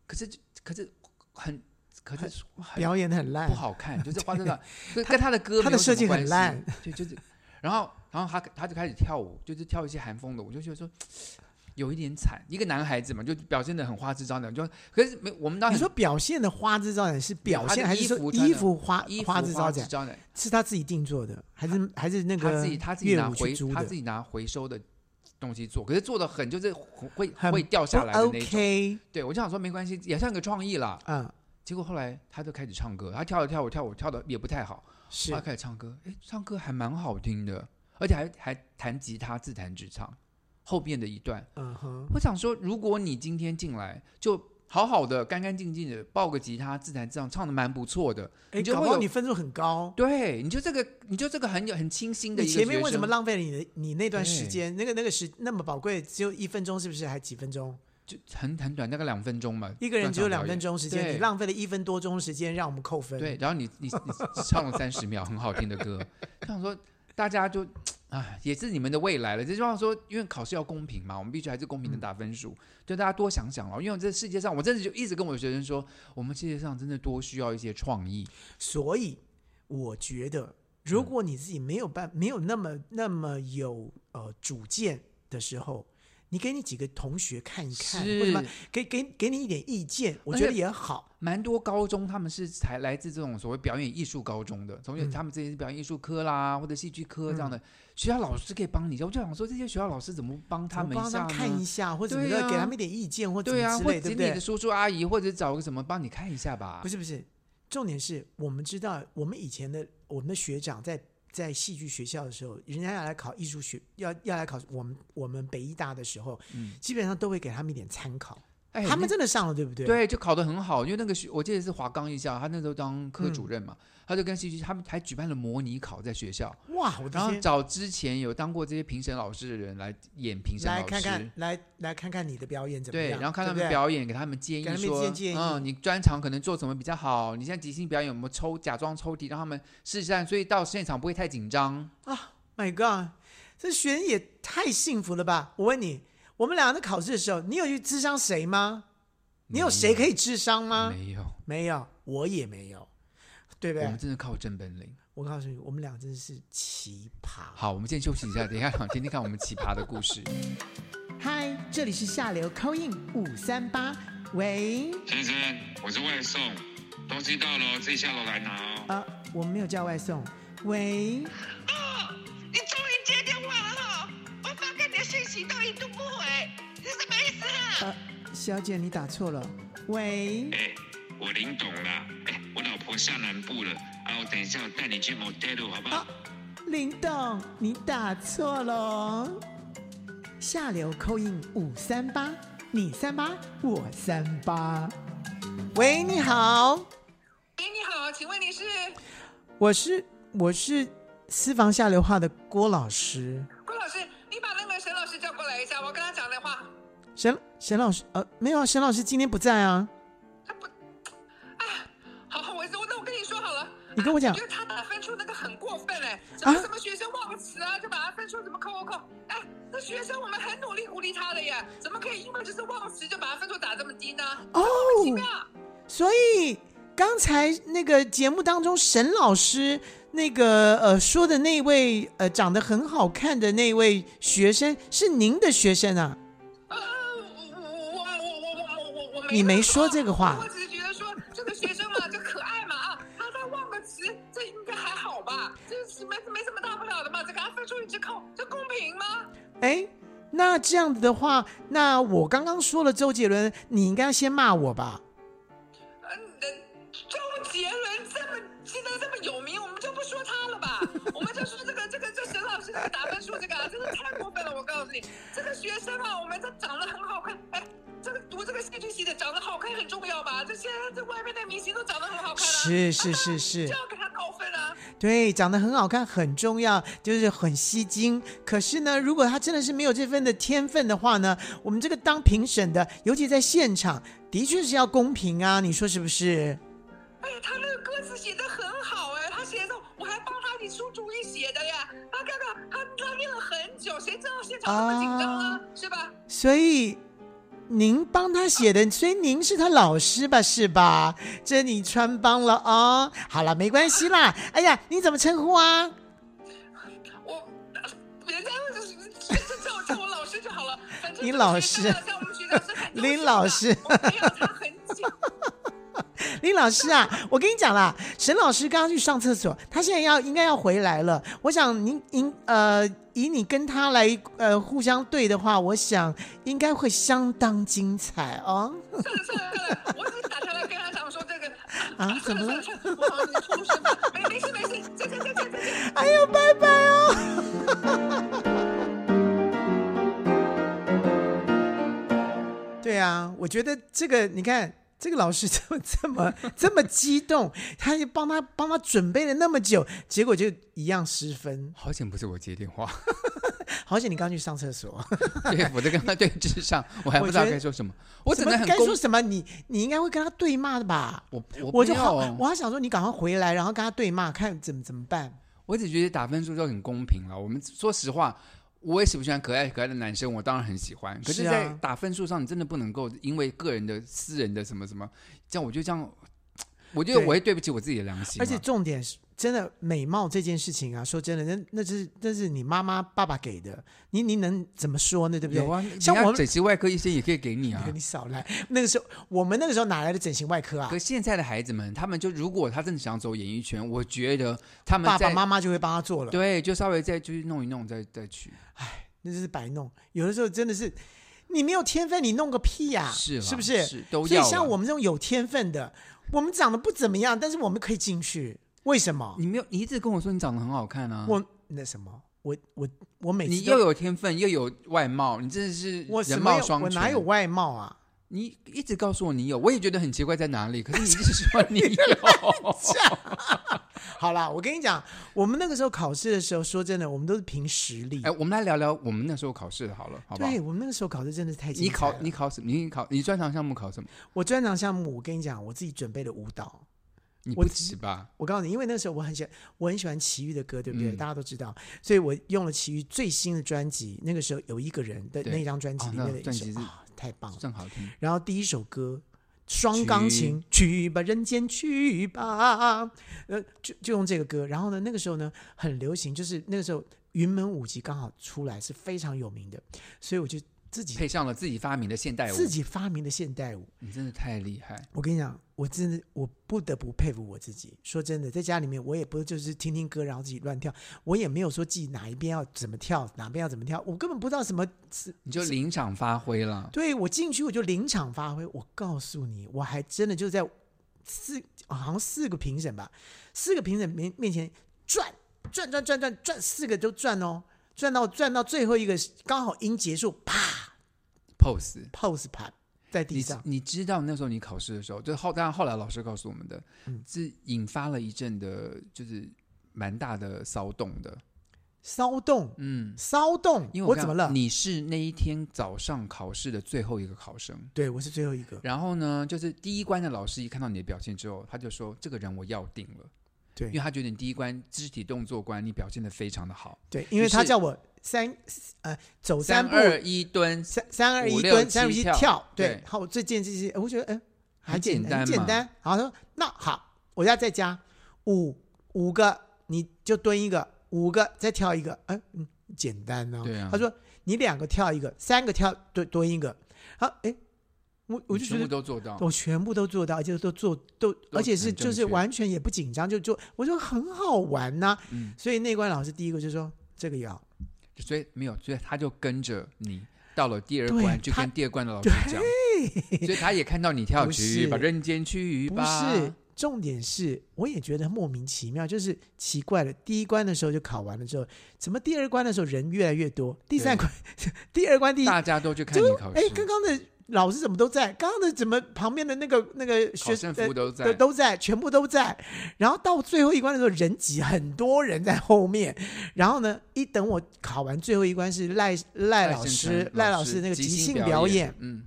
[SPEAKER 2] 可是可是很可是很
[SPEAKER 1] 表演的很烂
[SPEAKER 2] 不，好看，就是花枝招展，跟跟他的歌
[SPEAKER 1] 嗯他
[SPEAKER 2] 没
[SPEAKER 1] 的
[SPEAKER 2] 有什
[SPEAKER 1] 设
[SPEAKER 2] 么
[SPEAKER 1] 计很
[SPEAKER 2] 关系
[SPEAKER 1] 烂，
[SPEAKER 2] 对，就是，然后然后他他就开始跳舞，就是跳一些韩风的舞，我就觉得说 有一点惨，一个男孩子嘛，就表现的很花枝招展，就可是没我们当
[SPEAKER 1] 你
[SPEAKER 2] 时
[SPEAKER 1] 说表现的花枝招展是表
[SPEAKER 2] 他的
[SPEAKER 1] 现，还是
[SPEAKER 2] 衣
[SPEAKER 1] 说
[SPEAKER 2] 服穿
[SPEAKER 1] 衣
[SPEAKER 2] 的
[SPEAKER 1] 服花
[SPEAKER 2] 衣服
[SPEAKER 1] 花枝招
[SPEAKER 2] 展
[SPEAKER 1] 展是他自己定做的，还是还是那
[SPEAKER 2] 他
[SPEAKER 1] 个
[SPEAKER 2] 自己他自己
[SPEAKER 1] 乐
[SPEAKER 2] 拿
[SPEAKER 1] 舞去
[SPEAKER 2] 回
[SPEAKER 1] 租的？
[SPEAKER 2] 他自己拿回收的东西做，可是做的很就是会
[SPEAKER 1] 很
[SPEAKER 2] 会掉下
[SPEAKER 1] 不
[SPEAKER 2] 来的那种。
[SPEAKER 1] 哦 OK，
[SPEAKER 2] 对我就想说没关系，也算个创意啦。
[SPEAKER 1] 嗯，
[SPEAKER 2] 结果后来他就开始唱歌，他跳了跳舞跳舞跳的也不太好，
[SPEAKER 1] 是
[SPEAKER 2] 他开始唱歌，哎，唱歌还蛮好听的，而且还还弹吉他自弹自唱。后面的一段，
[SPEAKER 1] 嗯哼，
[SPEAKER 2] 我想说，如果你今天进来就好好的、干干净净的抱个吉他自弹自唱，唱的蛮不错的，
[SPEAKER 1] 哎，
[SPEAKER 2] 就
[SPEAKER 1] 搞
[SPEAKER 2] 会
[SPEAKER 1] 不好
[SPEAKER 2] 有
[SPEAKER 1] 你分数很高。
[SPEAKER 2] 对，你就这个，你就这个很有很清新的
[SPEAKER 1] 你
[SPEAKER 2] 一个
[SPEAKER 1] 前面
[SPEAKER 2] 学
[SPEAKER 1] 为什么
[SPEAKER 2] 生
[SPEAKER 1] 浪费了你的你那段时
[SPEAKER 2] 对
[SPEAKER 1] 间？那个那个时那么宝贵，只有一分钟，是不是？还几分钟？
[SPEAKER 2] 就很很短，大概两分钟吧，
[SPEAKER 1] 一个人
[SPEAKER 2] 断
[SPEAKER 1] 只有
[SPEAKER 2] 掌
[SPEAKER 1] 两
[SPEAKER 2] 表演
[SPEAKER 1] 分钟时间，
[SPEAKER 2] 对
[SPEAKER 1] 你浪费了一分多钟时间，让我们扣分。
[SPEAKER 2] 对，，然后你你你唱了三十秒很好听的歌，就想说大家就啊也是你们的未来了。这就像说，因为考试要公平嘛，我们必须还是公平
[SPEAKER 1] 嗯
[SPEAKER 2] 的打分数，就大家多想想了。因为这世界上，我真的就一直跟我的学生说，我们世界上真的多需要一些创意。
[SPEAKER 1] 所以我觉得，如
[SPEAKER 2] 嗯
[SPEAKER 1] 果你自己没有办，没有那么那么有呃主见的时候，你给你几个同学看一看，或者什么
[SPEAKER 2] 是
[SPEAKER 1] 给给给你一点意见，我
[SPEAKER 2] 而
[SPEAKER 1] 觉得
[SPEAKER 2] 且
[SPEAKER 1] 也好。
[SPEAKER 2] 蛮多高中他们是才来自这种所谓表演艺术高中的，从小
[SPEAKER 1] 嗯
[SPEAKER 2] 他们之前是表演艺术科啦或者戏剧科这样的、学校老师可以帮你一下。我就想说这些学校老师怎么帮他们
[SPEAKER 1] 我
[SPEAKER 2] 一
[SPEAKER 1] 帮
[SPEAKER 2] 下
[SPEAKER 1] 他
[SPEAKER 2] 呢？
[SPEAKER 1] 看一下，或者怎么
[SPEAKER 2] 对
[SPEAKER 1] 的，
[SPEAKER 2] 啊
[SPEAKER 1] 给他们一点意见，或怎么
[SPEAKER 2] 对啊，
[SPEAKER 1] 之
[SPEAKER 2] 或
[SPEAKER 1] 类，
[SPEAKER 2] 者
[SPEAKER 1] 对
[SPEAKER 2] 你
[SPEAKER 1] 不对
[SPEAKER 2] 的？叔叔阿姨，或者找个什么帮你看一下吧。
[SPEAKER 1] 不是不是，重点是我们知道，我们以前的我们的学长在在戏剧学校的时候，人家要来考艺术学，要要来考我们我们北医大的时候，
[SPEAKER 2] 嗯
[SPEAKER 1] 基本上都会给他们一点参考。
[SPEAKER 2] 哎，
[SPEAKER 1] 他们
[SPEAKER 2] 那
[SPEAKER 1] 真的上了，对不对？，
[SPEAKER 2] 对就考得很好，因为那个学我记得是华冈艺校，他那时候当科
[SPEAKER 1] 嗯
[SPEAKER 2] 主任嘛，他就跟戏剧他们还举办了模拟考在学校，
[SPEAKER 1] 哇，我的
[SPEAKER 2] 然后
[SPEAKER 1] 天
[SPEAKER 2] 找之前有当过这些评审老师的人来演评审老
[SPEAKER 1] 来
[SPEAKER 2] 师。
[SPEAKER 1] 看看，来来看看你的表演怎么
[SPEAKER 2] 对，
[SPEAKER 1] 样，
[SPEAKER 2] 然后看他
[SPEAKER 1] 对不
[SPEAKER 2] 们
[SPEAKER 1] 对
[SPEAKER 2] 表演，给他们建
[SPEAKER 1] 给他
[SPEAKER 2] 议
[SPEAKER 1] 们一
[SPEAKER 2] 说
[SPEAKER 1] 些，建
[SPEAKER 2] 嗯，你专场可能做什么比较好？你现在即兴表演有没有抽假装抽题，让他们试试看，所以到现场不会太紧张。
[SPEAKER 1] My God，这学生也太幸福了吧！我问你，我们俩在考试的时候，你有去智商谁吗？你有谁可以智商吗？
[SPEAKER 2] 没有，
[SPEAKER 1] 没有，我也没有，对不
[SPEAKER 2] 我
[SPEAKER 1] 对
[SPEAKER 2] 们？真的靠真本领。
[SPEAKER 1] 我告诉你，我们俩真的是奇葩。
[SPEAKER 2] 好，我们先休息一下，等一 下想听听看我们奇葩的故事。
[SPEAKER 1] 嗨，这里是下流 c 印五三八，喂，
[SPEAKER 3] 先生，我是外送，东西到了哦自己下楼来拿哦。
[SPEAKER 1] 啊，我们没有叫外送，喂，
[SPEAKER 4] 哦，你终于接电话了哈、我发给你的讯息都一度不回，是什么意思啊？
[SPEAKER 1] 呃，小姐你打错了，喂
[SPEAKER 3] 哎、，我林董啦，哎、我老婆下南部了，啊，我等一下我带你去 motel 好不好？
[SPEAKER 1] 林董你打错了哦，下流 c 印五三八，你三八我三八，喂，你好，
[SPEAKER 4] 哎，你好，请问你是
[SPEAKER 1] 我是我是私房下流话的郭老师，
[SPEAKER 4] 郭老师？你把那个沈老师叫过来一下，我跟他讲的话。
[SPEAKER 1] 沈沈老师，呃，没有啊，沈老师今天不在啊。
[SPEAKER 4] 他不，哎，好，我我那我跟你说好了。
[SPEAKER 1] 你跟我讲
[SPEAKER 4] 啊觉得他打分数那个很过分哎，什么什么学生忘词啊，就把他分数怎么扣扣扣，哎，那学生我们很努力鼓励他的耶，怎么可以因为就是忘词就把他分数打这么低呢？
[SPEAKER 1] 哦
[SPEAKER 4] 莫名其妙。
[SPEAKER 1] 所以刚才那个节目当中，沈老师那个呃说的那位呃长得很好看的那位学生是您的学生啊？
[SPEAKER 4] 呃，我我我我我我我我没
[SPEAKER 1] 你没
[SPEAKER 4] 那么
[SPEAKER 1] 说这个话
[SPEAKER 4] 我只是觉得说这个学生嘛，就可爱嘛啊，他再忘个词，这应该还好吧？这是没没什么大不了的嘛，这给他分数一直扣，这公平吗？
[SPEAKER 1] 哎，那这样子的话，那我刚刚说了周杰伦，你应该先骂我吧？
[SPEAKER 4] 嗯、呃，周杰伦这么现在这么有名，我们就不说他 了吧？我们就说这个这个这沈老师这个打分数这个、啊，真的太过分了！我告诉你，这个学生啊，我们这长得很好看，哎。这个读这个戏剧系的长得好看很重要吧？这些这外面的明星都长得很好看啊，
[SPEAKER 1] 是是是，
[SPEAKER 4] 就是要给他扣分啊！
[SPEAKER 1] 对，长得很好看很重要，就是很吸睛。可是呢，如果他真的是没有这份的天分的话呢，我们这个当评审的，尤其在现场，的确是要公平啊，你说是不是？
[SPEAKER 4] 哎，他那个歌词写的很好哎，他写的我还帮他给出主意写的呀。他看看他他练了很久，谁知道现场那么紧张啊，
[SPEAKER 1] 啊
[SPEAKER 4] 是吧？
[SPEAKER 1] 所以您帮他写的，所以您是他老师吧，是吧？这你穿帮了啊、好了，没关系啦。哎呀，你怎么称呼啊？
[SPEAKER 4] 我人家就是就叫我叫我老师就好了，反正
[SPEAKER 1] 林老师
[SPEAKER 4] 这个学生啊像我们学长是 很优
[SPEAKER 1] 林
[SPEAKER 4] 秀的
[SPEAKER 1] 老师
[SPEAKER 4] 我培养他很久。
[SPEAKER 1] 林老师啊，我跟你讲啦，沈老师刚刚去上厕所，他现在要应该要回来了。我想您您呃，以你跟他来呃互相对的话，我想应该会相当精彩哦。
[SPEAKER 4] 算了算了算了，我只是打电话跟他讲说这个
[SPEAKER 1] 啊怎么了？
[SPEAKER 4] 算算我好像出事了，没没事没事，再见再见再见。
[SPEAKER 1] 哎呦，拜拜哦。 对啊，我觉得这个你看，这个老师怎么这么 这么激动？他就帮他帮他准备了那么久，结果就一样失分。
[SPEAKER 2] 好险不是我接电话，
[SPEAKER 1] 好险你刚去上厕所，
[SPEAKER 2] 对，我在跟他对峙上，我还不知道
[SPEAKER 1] 我觉得
[SPEAKER 2] 该说什么，我只
[SPEAKER 1] 怎么
[SPEAKER 2] 能很
[SPEAKER 1] 该
[SPEAKER 2] 公
[SPEAKER 1] 说，什么？你你应该会跟他对骂的吧？
[SPEAKER 2] 我
[SPEAKER 1] 我
[SPEAKER 2] 我
[SPEAKER 1] 就
[SPEAKER 2] 不
[SPEAKER 1] 好
[SPEAKER 2] 要，哦，
[SPEAKER 1] 我还想说你赶快回来，然后跟他对骂，看怎么怎么办。
[SPEAKER 2] 我只觉得打分数就很公平了。我们说实话，我也喜不喜欢可爱可爱的男生，我当然很喜欢。可是，
[SPEAKER 1] 是啊
[SPEAKER 2] 在打分数上，你真的不能够因为个人的、私人的什么什么，这样我觉得这样，我觉得
[SPEAKER 1] 对
[SPEAKER 2] 我会对不起我自己的良心嘛。啊
[SPEAKER 1] 而且重点是，真的美貌这件事情啊，说真的，那那是那是你妈妈爸爸给的，你你能怎么说呢？对不对？
[SPEAKER 2] 有啊，
[SPEAKER 1] 像
[SPEAKER 2] 人家
[SPEAKER 1] 我们
[SPEAKER 2] 整形外科医生也可以给你啊。
[SPEAKER 1] 你少来，那个时候我们那个时候哪来的整形外科啊
[SPEAKER 2] 可？现在的孩子们，他们就如果他真的想走演艺圈，我觉得他们
[SPEAKER 1] 爸
[SPEAKER 2] 在
[SPEAKER 1] 爸妈妈就会帮他做了。
[SPEAKER 2] 对，就稍微再去弄一弄，再再去。
[SPEAKER 1] 那就是白弄。有的时候真的是，你没有天分，你弄个屁呀、
[SPEAKER 2] 是啦
[SPEAKER 1] 不是？
[SPEAKER 2] 是都
[SPEAKER 1] 所以
[SPEAKER 2] 要啊
[SPEAKER 1] 像
[SPEAKER 2] 啦
[SPEAKER 1] 我们这种有天分的，我们长得不怎么样，但是我们可以进去，为什么？
[SPEAKER 2] 你没有，你一直跟我说你长得很好看啊。
[SPEAKER 1] 我那什么，我我我每次
[SPEAKER 2] 你
[SPEAKER 1] 都
[SPEAKER 2] 又有天分，又有外貌，你真的是
[SPEAKER 1] 我什
[SPEAKER 2] 人
[SPEAKER 1] 么
[SPEAKER 2] 貌
[SPEAKER 1] 有
[SPEAKER 2] 双全。
[SPEAKER 1] 我哪有外貌啊？
[SPEAKER 2] 你一直告诉我你有，我也觉得很奇怪在哪里。可是你一直说你有，
[SPEAKER 1] 好啦，我跟你讲，我们那个时候考试的时候，说真的，我们都是凭实力。
[SPEAKER 2] 哎，我们来聊聊我们那时候考试的好了，好不好？
[SPEAKER 1] 对我们那个时候考试真的是太精
[SPEAKER 2] 你
[SPEAKER 1] 彩
[SPEAKER 2] 考
[SPEAKER 1] 了
[SPEAKER 2] 你考什么？你考你专长项目考什么？
[SPEAKER 1] 我专长项目，我跟你讲，我自己准备的舞蹈。
[SPEAKER 2] 你
[SPEAKER 1] 我
[SPEAKER 2] 不止吧？
[SPEAKER 1] 我告诉你，因为那时候我很喜欢，我很喜欢齐豫的歌，对不对？
[SPEAKER 2] 嗯
[SPEAKER 1] 大家都知道，所以我用了齐豫最新的专辑。那个时候有一个人的
[SPEAKER 2] 对
[SPEAKER 1] 那张专辑
[SPEAKER 2] 哦
[SPEAKER 1] 里
[SPEAKER 2] 那
[SPEAKER 1] 面的一
[SPEAKER 2] 专
[SPEAKER 1] 首
[SPEAKER 2] 辑是
[SPEAKER 1] 啊，太棒了。
[SPEAKER 2] 正好听。
[SPEAKER 1] 然后第一首歌双钢琴，去吧人间去吧，呃，就就用这个歌。然后呢，那个时候呢很流行，就是那个时候云门舞集刚好出来是非常有名的，所以我就自己
[SPEAKER 2] 配上了自己发明的现代舞，
[SPEAKER 1] 自己发明的现代舞。
[SPEAKER 2] 你真的太厉害。
[SPEAKER 1] 我跟你讲，我真的我不得不佩服我自己。说真的，在家里面我也不就是听听歌，然后自己乱跳，我也没有说记哪一边要怎么跳，哪边要怎么跳，我根本不知道什么。是
[SPEAKER 2] 你就临场发挥了。
[SPEAKER 1] 对我进去我就临场发挥。我告诉你，我还真的就在四好像四个评审吧，四个评审面面前转转转转转转，四个都转哦，转到转到最后一个刚好音结束，啪
[SPEAKER 2] pose。
[SPEAKER 1] pose 盘在地
[SPEAKER 2] 你
[SPEAKER 1] 上。
[SPEAKER 2] 你知道那时候你考试的时候，就后当然后来老师告诉我们的，
[SPEAKER 1] 嗯
[SPEAKER 2] 是引发了一阵的，就是蛮大的骚动的。
[SPEAKER 1] 骚动，
[SPEAKER 2] 嗯，
[SPEAKER 1] 骚动，
[SPEAKER 2] 因为
[SPEAKER 1] 我
[SPEAKER 2] 看
[SPEAKER 1] 怎么了？
[SPEAKER 2] 你是那一天早上考试的最后一个考生。
[SPEAKER 1] 对我是最后一个。
[SPEAKER 2] 然后呢，就是第一关的老师一看到你的表现之后，他就说：“这个人我要定了。”
[SPEAKER 1] 对
[SPEAKER 2] 因为他觉得你第一关肢体动作关你表现的非常的好。
[SPEAKER 1] 对，因为
[SPEAKER 2] 于
[SPEAKER 1] 他
[SPEAKER 2] 是
[SPEAKER 1] 叫我三呃走
[SPEAKER 2] 三
[SPEAKER 1] 三步，
[SPEAKER 2] 二一蹲，
[SPEAKER 1] 三三二
[SPEAKER 2] 五
[SPEAKER 1] 一
[SPEAKER 2] 六
[SPEAKER 1] 蹲，三二
[SPEAKER 2] 七
[SPEAKER 1] 一
[SPEAKER 2] 跳
[SPEAKER 1] 跳。对
[SPEAKER 2] 对，
[SPEAKER 1] 好，我这件这些，我觉得哎还
[SPEAKER 2] 很
[SPEAKER 1] 简
[SPEAKER 2] 简
[SPEAKER 1] 单，很
[SPEAKER 2] 单
[SPEAKER 1] 简
[SPEAKER 2] 嘛
[SPEAKER 1] 单。好，他说那好，我要再加五五个，你就蹲一个，五个再跳一个，哎嗯，简单哦。
[SPEAKER 2] 对啊
[SPEAKER 1] 他说你两个跳一个，三个跳蹲蹲一个，好，哎，我我就
[SPEAKER 2] 你
[SPEAKER 1] 觉
[SPEAKER 2] 全部
[SPEAKER 1] 得。
[SPEAKER 2] 都做到。
[SPEAKER 1] 我全部都做到，而且都做都，而且是
[SPEAKER 2] 很正
[SPEAKER 1] 就是
[SPEAKER 2] 确
[SPEAKER 1] 完全也不紧张，就就我就很好玩呐、
[SPEAKER 2] 嗯
[SPEAKER 1] 所以那关老师第一个就说这个要，
[SPEAKER 2] 所以没有，所以他就跟着你到了第二
[SPEAKER 1] 对
[SPEAKER 2] 关，就
[SPEAKER 1] 他
[SPEAKER 2] 跟第二关的老师讲，所以他也看到你跳
[SPEAKER 1] 不
[SPEAKER 2] 去
[SPEAKER 1] 是
[SPEAKER 2] 把人间去
[SPEAKER 1] 不
[SPEAKER 2] 吧，
[SPEAKER 1] 是，重点是，我也觉得莫名其妙，就是奇怪了。第一关的时候就考完了之后，怎么第二关的时候人越来越多？第三关、 第二关、第一，
[SPEAKER 2] 大家都去看
[SPEAKER 1] 就
[SPEAKER 2] 你考
[SPEAKER 1] 哎
[SPEAKER 2] 试，，
[SPEAKER 1] 刚刚的老师怎么都在？刚刚的怎么旁边的那个那个学
[SPEAKER 2] 考生服务
[SPEAKER 1] 生
[SPEAKER 2] 都
[SPEAKER 1] 都
[SPEAKER 2] 在，
[SPEAKER 1] 都在，全部都在。然后到最后一关的时候，人挤很多人在后面。然后呢，一等我考完最后一关是赖赖老
[SPEAKER 2] 现
[SPEAKER 1] 师
[SPEAKER 2] 场
[SPEAKER 1] 赖老
[SPEAKER 2] 老
[SPEAKER 1] 师那个
[SPEAKER 2] 即
[SPEAKER 1] 即兴
[SPEAKER 2] 表
[SPEAKER 1] 演，，
[SPEAKER 2] 嗯，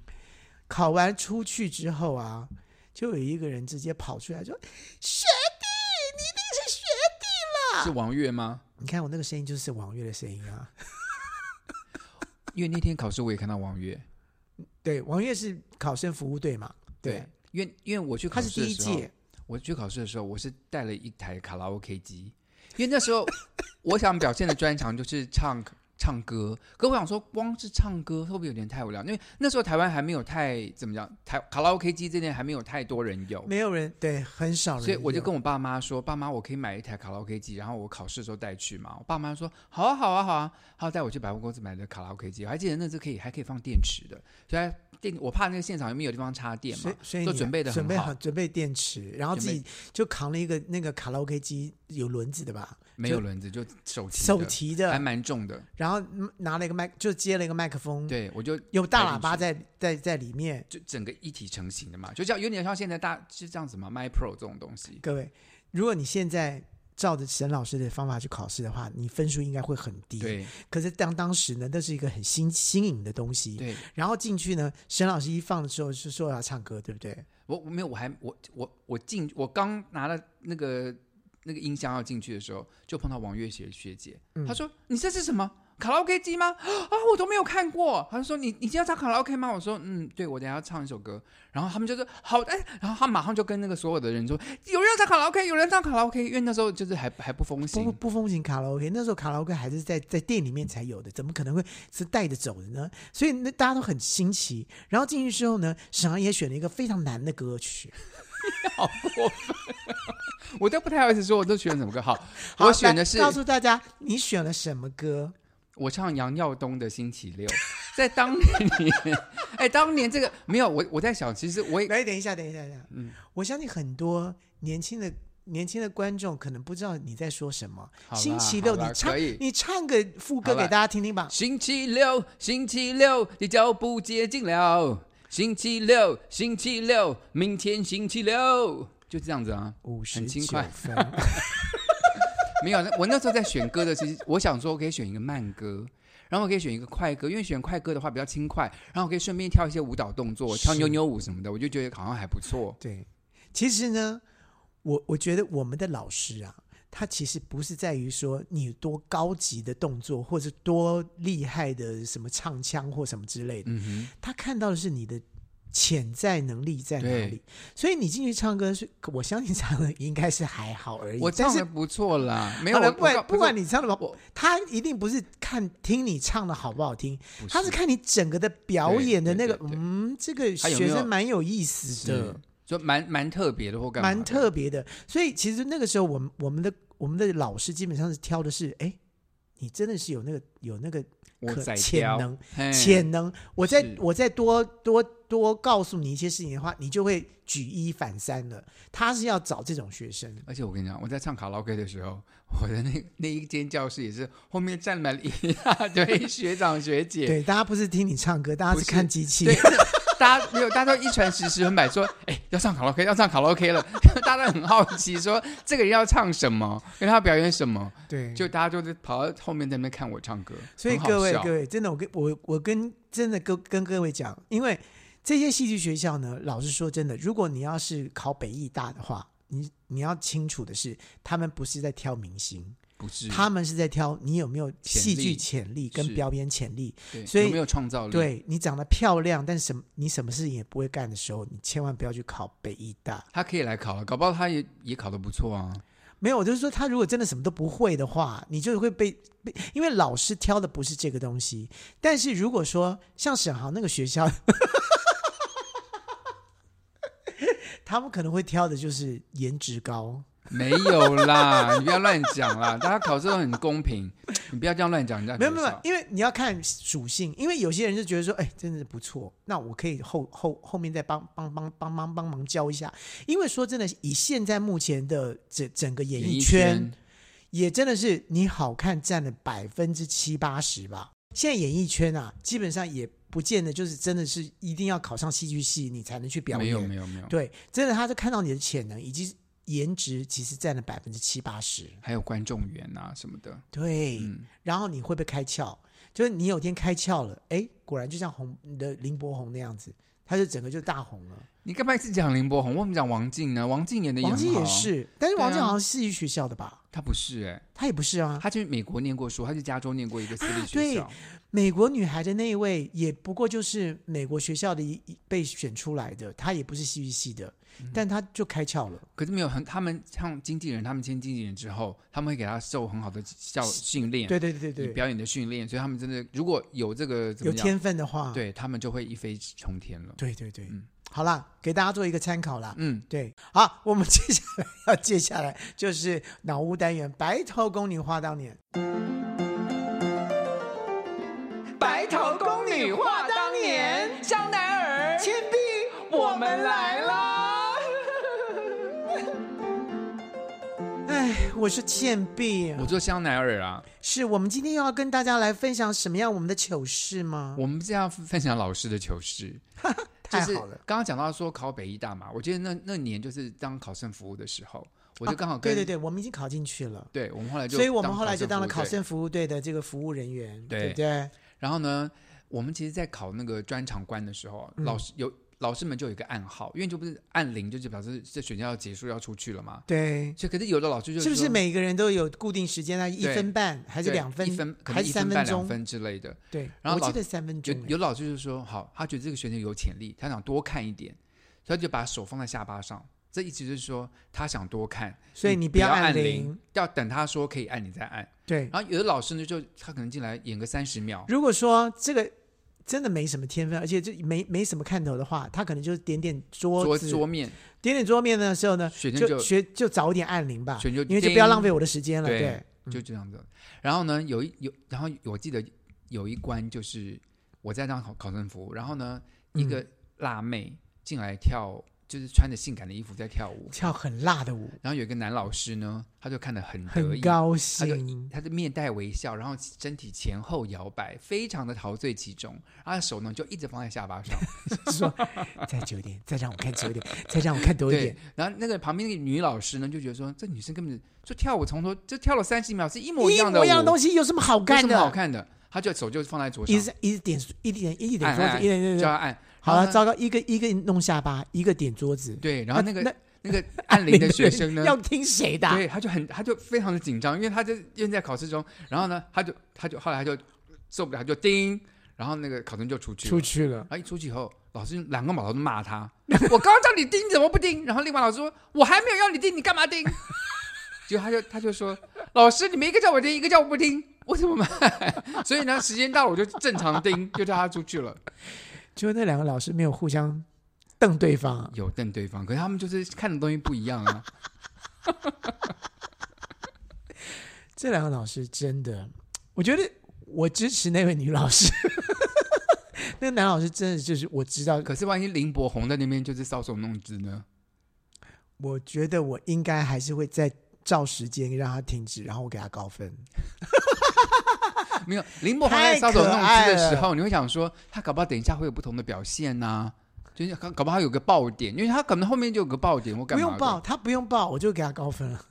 [SPEAKER 1] 考完出去之后啊，就有一个人直接跑出来说：“学弟，你一定是学弟。
[SPEAKER 2] 是王月吗？”
[SPEAKER 1] 你看我那个声音就是王月的声音啊。
[SPEAKER 2] 因为那天考试我也看到王月，
[SPEAKER 1] 对，王月是考生服务队嘛？对，，
[SPEAKER 2] 因为因为我去考
[SPEAKER 1] 他是
[SPEAKER 2] 试
[SPEAKER 1] 第
[SPEAKER 2] 的
[SPEAKER 1] 一
[SPEAKER 2] 时候，
[SPEAKER 1] 届，
[SPEAKER 2] 我去考试的时候，我是带了一台卡拉 OK 机，因为那时候我想表现的专长就是唱唱歌，可我想说光是唱歌会不会有点太无聊？因为那时候台湾还没有太怎么讲，台卡拉 OK 机这边还没有太多人有，
[SPEAKER 1] 没有人对，很少人有。
[SPEAKER 2] 所以我就跟我爸妈说：“爸妈，我可以买一台卡拉 OK 机，然后我考试的时候带去嘛。”我爸妈说：“好啊，好啊，好啊。”他带我去百货公司买的卡拉 OK 机，我还记得那是可以还可以放电池的，所以它电我怕那个现场有没有地方插电
[SPEAKER 1] 所
[SPEAKER 2] 嘛
[SPEAKER 1] 以，所以
[SPEAKER 2] 都
[SPEAKER 1] 你啊
[SPEAKER 2] 准备的
[SPEAKER 1] 准
[SPEAKER 2] 很
[SPEAKER 1] 备
[SPEAKER 2] 好
[SPEAKER 1] 好，准备电池，然后
[SPEAKER 2] 准
[SPEAKER 1] 自
[SPEAKER 2] 备
[SPEAKER 1] 己就扛了一个那个卡拉 OK 机，有轮子的吧？
[SPEAKER 2] 没有轮子就手提的
[SPEAKER 1] 手提
[SPEAKER 2] 还
[SPEAKER 1] 的，
[SPEAKER 2] 蛮重的。
[SPEAKER 1] 然后嗯拿了一个麦，就接了一个麦克风，
[SPEAKER 2] 对，我就
[SPEAKER 1] 有
[SPEAKER 2] 摆
[SPEAKER 1] 大喇
[SPEAKER 2] 进
[SPEAKER 1] 叭
[SPEAKER 2] 去
[SPEAKER 1] 在在在里面。
[SPEAKER 2] 就整个一体成型的嘛，就像有点像现在大是这样子嘛，My Pro 这种东西。
[SPEAKER 1] 各位，如果你现在照着沈老师的方法去考试的话，你分数应该会很低。。
[SPEAKER 2] 对
[SPEAKER 1] 可是当当时呢，那是一个很新新颖的东西。。
[SPEAKER 2] 对，
[SPEAKER 1] 然后进去呢，沈老师一放的时候是说要唱歌，对不对？
[SPEAKER 2] 我我没有，我还我我我进我刚拿了那
[SPEAKER 1] 嗯
[SPEAKER 2] 个那个音箱要进去的时候，就碰到王月学学姐，她说：“你这是什么？”卡拉 OK 机吗？ 啊，我都没有看过。他就说你你今天要唱卡拉 OK 吗？我说嗯，对，我等一下要唱一首歌。然后他们就说好的、哎然后他马上就跟那个所有的人说，有人要唱卡拉 OK，有人要唱卡拉 OK，因为那时候就是还还不风
[SPEAKER 1] 不
[SPEAKER 2] 行。
[SPEAKER 1] 不风行卡拉 OK，那时候卡拉 OK 还是在在店里面才有的，怎么可能会是带着走的呢？所以那大家都很新奇。然后进去之后呢，沈阳也选了一个非常难的歌曲，
[SPEAKER 2] 好过分， 我都不太好意思说我都选什么歌。好，
[SPEAKER 1] 好
[SPEAKER 2] 我选
[SPEAKER 1] 来
[SPEAKER 2] 的是
[SPEAKER 1] 告诉大家你选了什么歌。
[SPEAKER 2] 我唱杨耀东的《星期六》，在当年， 哎、当年这个没有我，我在想，其实我也
[SPEAKER 1] 来，哎等一下，等一下，等一下。嗯，我相信很多年轻的年轻的观众可能不知道你在说什么。
[SPEAKER 2] 好啦
[SPEAKER 1] 星期六
[SPEAKER 2] 好啦
[SPEAKER 1] 你唱
[SPEAKER 2] 可以，
[SPEAKER 1] 你唱个副歌
[SPEAKER 2] 好
[SPEAKER 1] 给
[SPEAKER 2] 啦
[SPEAKER 1] 大家听听吧。
[SPEAKER 2] 星期六，星期六，你脚步接近了。星期六，星期六，明天星期六，就这样子啊，
[SPEAKER 1] 五十
[SPEAKER 2] 很轻
[SPEAKER 1] 九
[SPEAKER 2] 快。
[SPEAKER 1] 分，
[SPEAKER 2] 没有，那我那时候在选歌的，其实我想说，我可以选一个慢歌，然后我可以选一个快歌，因为选快歌的话比较轻快，然后我可以顺便跳一些舞蹈动作，跳
[SPEAKER 1] 是
[SPEAKER 2] 扭扭舞什么的，我就觉得好像还不错。
[SPEAKER 1] 对，其实呢，我我觉得我们的老师啊，他其实不是在于说你有多高级的动作，或者多厉害的什么唱腔或什么之类的，
[SPEAKER 2] 嗯
[SPEAKER 1] 他看到的是你的潜在能力在哪
[SPEAKER 2] 对
[SPEAKER 1] 里。所以你进去唱歌是，我相信唱的应该是还好而
[SPEAKER 2] 哼，
[SPEAKER 1] 已。
[SPEAKER 2] 我
[SPEAKER 1] 但
[SPEAKER 2] 唱
[SPEAKER 1] 是
[SPEAKER 2] 的不错啦，没有
[SPEAKER 1] 好了，
[SPEAKER 2] 我
[SPEAKER 1] 不管不管
[SPEAKER 2] 你
[SPEAKER 1] 你唱的不
[SPEAKER 2] 我，
[SPEAKER 1] 他一定不是看听你唱的好不好听，
[SPEAKER 2] 不
[SPEAKER 1] 他是看你整个的表
[SPEAKER 2] 对
[SPEAKER 1] 演的那
[SPEAKER 2] 对
[SPEAKER 1] 个，
[SPEAKER 2] 对对
[SPEAKER 1] 嗯，这个
[SPEAKER 2] 他有
[SPEAKER 1] 学
[SPEAKER 2] 没有
[SPEAKER 1] 生蛮有意思的
[SPEAKER 2] 是。就蛮蛮特别的或干嘛的，
[SPEAKER 1] 蛮特别的。所以其实那个时候，我们我们的我们的老师基本上是挑的是，哎，你真的是有那个有那个
[SPEAKER 2] 我
[SPEAKER 1] 可
[SPEAKER 2] 在
[SPEAKER 1] 潜
[SPEAKER 2] 挑
[SPEAKER 1] 能
[SPEAKER 2] 嘿
[SPEAKER 1] 潜能。我再
[SPEAKER 2] 哎是
[SPEAKER 1] 我再多多多告诉你一些事情的话，你就会举一反三了。他是要找这种学生，
[SPEAKER 2] 而且我跟你讲，我在唱卡拉 OK 的时候，我的那那一间教室也是后面站满了一大 堆学长学姐，
[SPEAKER 1] 对，大家不是听你唱歌，大家
[SPEAKER 2] 不
[SPEAKER 1] 是
[SPEAKER 2] 是
[SPEAKER 1] 看机器
[SPEAKER 2] 对。 大家没有，大家都一传十，十传百，说，哎、要唱卡拉 OK，要唱卡拉 OK 了， 大家都很好奇说，这个人要唱什么，跟他表演什么，
[SPEAKER 1] 对
[SPEAKER 2] 就大家就在跑到后面在那边看我唱歌，
[SPEAKER 1] 哎所以
[SPEAKER 2] 很好
[SPEAKER 1] 各位
[SPEAKER 2] 笑
[SPEAKER 1] 各位，真的，我跟我我跟真的跟跟各位讲，因为这些戏剧学校呢，老实说真的，如果你要是考北艺大的话，你你要清楚的是，他们不是在挑明星，
[SPEAKER 2] 不是
[SPEAKER 1] 他们是在挑你有没有
[SPEAKER 2] 潜
[SPEAKER 1] 戏剧
[SPEAKER 2] 嗯力
[SPEAKER 1] 潜力跟
[SPEAKER 2] 是
[SPEAKER 1] 表演潜力。
[SPEAKER 2] 对
[SPEAKER 1] 所以
[SPEAKER 2] 有没有创造力？，
[SPEAKER 1] 对你长得漂亮，但什么你什么事情也不会干的时候，你千万不要去考北艺大。
[SPEAKER 2] 他可以来考了，啊搞不好他也也考的不错啊。
[SPEAKER 1] 没有，我就是说，他如果真的什么都不会的话，你就会被被，因为老师挑的不是这个东西。但是如果说像沈航那个学校， 他们可能会挑的就是颜值高。
[SPEAKER 2] 没有啦， 你不要乱讲啦，大家考试都很公平， 你不要这样乱讲人家。
[SPEAKER 1] 没有没有，，因为你要看属性，因为有些人就觉得说，哎，真的不错，那我可以后后后面再帮帮帮帮忙帮忙教一下。因为说真的，以现在目前的整整个演
[SPEAKER 2] 演艺
[SPEAKER 1] 艺圈，也真的是你好看占了百分之七八十吧。现在演艺圈啊，基本上也不见得就是真的是一定要考上戏剧系你才能去表演。
[SPEAKER 2] 没有没有没有，
[SPEAKER 1] 对，真的他是看到你的潜能以及颜值，其实占了百分之七八十。
[SPEAKER 2] 还有观众缘啊什么的，
[SPEAKER 1] 对，
[SPEAKER 2] 嗯，
[SPEAKER 1] 然后你会不会开窍？就是你有天开窍了，哎，果然就像红你的林柏宏那样子，他就整个就大红了。
[SPEAKER 2] 你干嘛一直讲林柏宏？我们讲王静呢？王静演的
[SPEAKER 1] 王晶也，是，但是王晶
[SPEAKER 2] 对啊
[SPEAKER 1] 好像是戏剧学校的吧？
[SPEAKER 2] 他不是哎、
[SPEAKER 1] 他也不是啊，
[SPEAKER 2] 他去美国念过书，他去加州念过一个私立学校，
[SPEAKER 1] 美国女孩的那一位，也不过就是美国学校的一一被选出来的，她也不是戏剧系的，
[SPEAKER 2] 嗯
[SPEAKER 1] 但她就开窍了。
[SPEAKER 2] 可是没有很，他们像经纪人，他们签经纪人之后，他们会给他受很好的教训练，
[SPEAKER 1] 对对对对
[SPEAKER 2] 以
[SPEAKER 1] 对，
[SPEAKER 2] 表演的训练，所以他们真的如果有这个怎
[SPEAKER 1] 有
[SPEAKER 2] 么讲，
[SPEAKER 1] 天分的话，
[SPEAKER 2] 对他们就会一飞冲天了。
[SPEAKER 1] 对对对
[SPEAKER 2] 嗯，
[SPEAKER 1] 好啦，给大家做一个参考啦。
[SPEAKER 2] 嗯，
[SPEAKER 1] 对，好，我们接下来要接下来就是脑屋单元《白头宫女话当年》。
[SPEAKER 2] 白头宫女话当年，香奈儿、铅笔，我们来啦！
[SPEAKER 1] 哎，我是倩碧，
[SPEAKER 2] 我做香奈儿啊，
[SPEAKER 1] 是我们今天又要跟大家来分享什么样我们的糗事吗？
[SPEAKER 2] 我们这样分享老师的糗事，就
[SPEAKER 1] 太
[SPEAKER 2] 是
[SPEAKER 1] 好了，
[SPEAKER 2] 刚刚讲到说考北医大嘛，我记得那那年就是当考生服务的时候，我就刚好
[SPEAKER 1] 对
[SPEAKER 2] 跟、
[SPEAKER 1] 啊对对，我们已经考进去了。
[SPEAKER 2] 对我们后来就
[SPEAKER 1] 所以我们后来就当了考
[SPEAKER 2] 生服
[SPEAKER 1] 生服
[SPEAKER 2] 务队
[SPEAKER 1] 务队的这个服务人员，
[SPEAKER 2] 对
[SPEAKER 1] 不对？嗯
[SPEAKER 2] 然后呢，我们其实，在考那个专场官的时候，老师有老师们就有一个暗号，因为就不是按铃，就是表示这选校要结束要出去了嘛。
[SPEAKER 1] 对，
[SPEAKER 2] 所以可是有的老师就是
[SPEAKER 1] 不是
[SPEAKER 2] 说
[SPEAKER 1] 每个人都有固定时间啊？一
[SPEAKER 2] 对
[SPEAKER 1] 分半还是
[SPEAKER 2] 对
[SPEAKER 1] 两分？
[SPEAKER 2] 一分，可
[SPEAKER 1] 还
[SPEAKER 2] 能
[SPEAKER 1] 是
[SPEAKER 2] 一
[SPEAKER 1] 三
[SPEAKER 2] 分
[SPEAKER 1] 分
[SPEAKER 2] 半两
[SPEAKER 1] 钟？
[SPEAKER 2] 分之类的。
[SPEAKER 1] 对，
[SPEAKER 2] 然后
[SPEAKER 1] 我记
[SPEAKER 2] 老
[SPEAKER 1] 得三分
[SPEAKER 2] 有
[SPEAKER 1] 钟欸。
[SPEAKER 2] 有老师就说，好，他觉得这个学生有潜力，他想多看一点，所以他就把手放在下巴上。这意思就是说，他想多看，
[SPEAKER 1] 所以你
[SPEAKER 2] 你
[SPEAKER 1] 不要
[SPEAKER 2] 要
[SPEAKER 1] 按铃
[SPEAKER 2] 铃，要等他说可以按，你再按。
[SPEAKER 1] 对，
[SPEAKER 2] 然后有的老师呢，就他可能进来演个三十秒，
[SPEAKER 1] 如果说这个真的没什么天分，而且就没没什么看头的话，他可能就是点点桌
[SPEAKER 2] 桌
[SPEAKER 1] 子，
[SPEAKER 2] 桌面，
[SPEAKER 1] 点点桌面的时候呢，
[SPEAKER 2] 学生
[SPEAKER 1] 就
[SPEAKER 2] 就
[SPEAKER 1] 学就早点按铃吧，
[SPEAKER 2] 学生就
[SPEAKER 1] 因为就不要
[SPEAKER 2] 叮
[SPEAKER 1] 浪费我的时间了。
[SPEAKER 2] 对
[SPEAKER 1] 对，
[SPEAKER 2] 就这样子。然后呢，有一有，然后我记得有一关就是我在当考考生服务，然后呢，一个
[SPEAKER 1] 嗯
[SPEAKER 2] 辣妹进来跳，就是穿着性感的衣服在跳舞。
[SPEAKER 1] 跳很辣的舞，
[SPEAKER 2] 然后有一个男老师呢，他就看得很得
[SPEAKER 1] 很
[SPEAKER 2] 意，
[SPEAKER 1] 高
[SPEAKER 2] 他就
[SPEAKER 1] 兴。
[SPEAKER 2] 他就面带微笑，然后身体前后摇摆，非常的陶醉其中。他的手呢就一直放在下 巴上，
[SPEAKER 1] 说再久一点，再让我看久一点，再让我看多一
[SPEAKER 2] 对
[SPEAKER 1] 点。。
[SPEAKER 2] 然后那个旁边那个女老师呢就觉得说，这女生根本就跳舞从头就跳了三十秒，是一模样的舞，
[SPEAKER 1] 一模一样的东
[SPEAKER 2] 西，
[SPEAKER 1] 西有什么好
[SPEAKER 2] 有
[SPEAKER 1] 看
[SPEAKER 2] 什么好
[SPEAKER 1] 的？
[SPEAKER 2] 看的？他就手就放在桌上
[SPEAKER 1] 一，直一直点一点一点
[SPEAKER 2] 按
[SPEAKER 1] 桌
[SPEAKER 2] 按
[SPEAKER 1] 子，
[SPEAKER 2] 按，
[SPEAKER 1] 一点一
[SPEAKER 2] 哎叫
[SPEAKER 1] 点。
[SPEAKER 2] 他按。
[SPEAKER 1] 好
[SPEAKER 2] 然
[SPEAKER 1] 了，
[SPEAKER 2] 后呢
[SPEAKER 1] 糟糕，一个一个弄下巴，一个点桌子。
[SPEAKER 2] 对，然后那个
[SPEAKER 1] 啊那，
[SPEAKER 2] 那个按铃的学生呢
[SPEAKER 1] 要听谁的啊？
[SPEAKER 2] 对，他就很，他就非常的紧张，因为他就因为在考试中，然后呢，他就他就后来他就受不了，他就叮，然后那个考生就出去了，
[SPEAKER 1] 出去了。
[SPEAKER 2] 然后一哎出去以后，老师两个马头都骂 他，我刚刚叫你叮，你怎么不叮？然后另外老师说，我还没有要你叮，你干 嘛叮？结果他就他就说，老师，你们一个叫我叮，一个叫我不叮，我怎么办？所以呢，时间到了我就正常叮，就叫他出去了。
[SPEAKER 1] 就那两个老师没有互相瞪对方啊，
[SPEAKER 2] 有瞪对方，可是他们就是看的东西不一样啊。
[SPEAKER 1] 这两个老师真的，我觉得我支持那位女老师， 那个男老师真的就是我知道，
[SPEAKER 2] 可是万一林柏宏在那边就是搔首弄姿呢？
[SPEAKER 1] 我觉得我应该还是会再照时间让他停止，然后我给他高分。
[SPEAKER 2] 没有，林柏宏在搔首
[SPEAKER 1] 太
[SPEAKER 2] 弄姿
[SPEAKER 1] 可爱
[SPEAKER 2] 的时
[SPEAKER 1] 了
[SPEAKER 2] 候，你会想说他搞不好等一下会有不同的表现呐、就是搞搞不好有个爆点，因为他可能后面就有个爆点，我干
[SPEAKER 1] 不
[SPEAKER 2] 嘛的？
[SPEAKER 1] 用报，他不用报，我就给他高分了。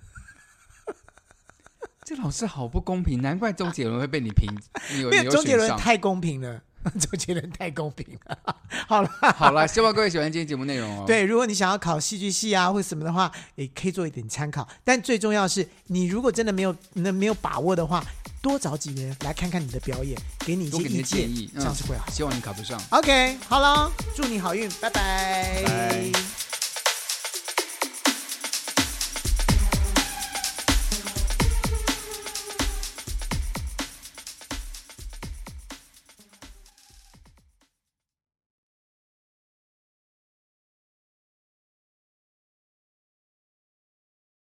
[SPEAKER 2] 这老师好不公平，难怪周杰伦会被你评，你 有
[SPEAKER 1] 没
[SPEAKER 2] 你
[SPEAKER 1] 有
[SPEAKER 2] 有
[SPEAKER 1] 周杰
[SPEAKER 2] 选
[SPEAKER 1] 伦
[SPEAKER 2] 上。
[SPEAKER 1] 太公平了， 周杰伦太公平了。 好了，
[SPEAKER 2] 好了，希望各位喜欢今天节目内容哦。，
[SPEAKER 1] 对，如果你想要考戏剧系啊或什么的话，也可以做一点参考。但最重要的是，你如果真的没有那没有把握的话，多找几个人来看看你的表演，给你一
[SPEAKER 2] 多
[SPEAKER 1] 些
[SPEAKER 2] 给你
[SPEAKER 1] 意
[SPEAKER 2] 的建
[SPEAKER 1] 见
[SPEAKER 2] 议，，嗯
[SPEAKER 1] 这样是会好。
[SPEAKER 2] 希望你考得上。
[SPEAKER 1] OK，好了，祝你好运，拜拜
[SPEAKER 2] 拜。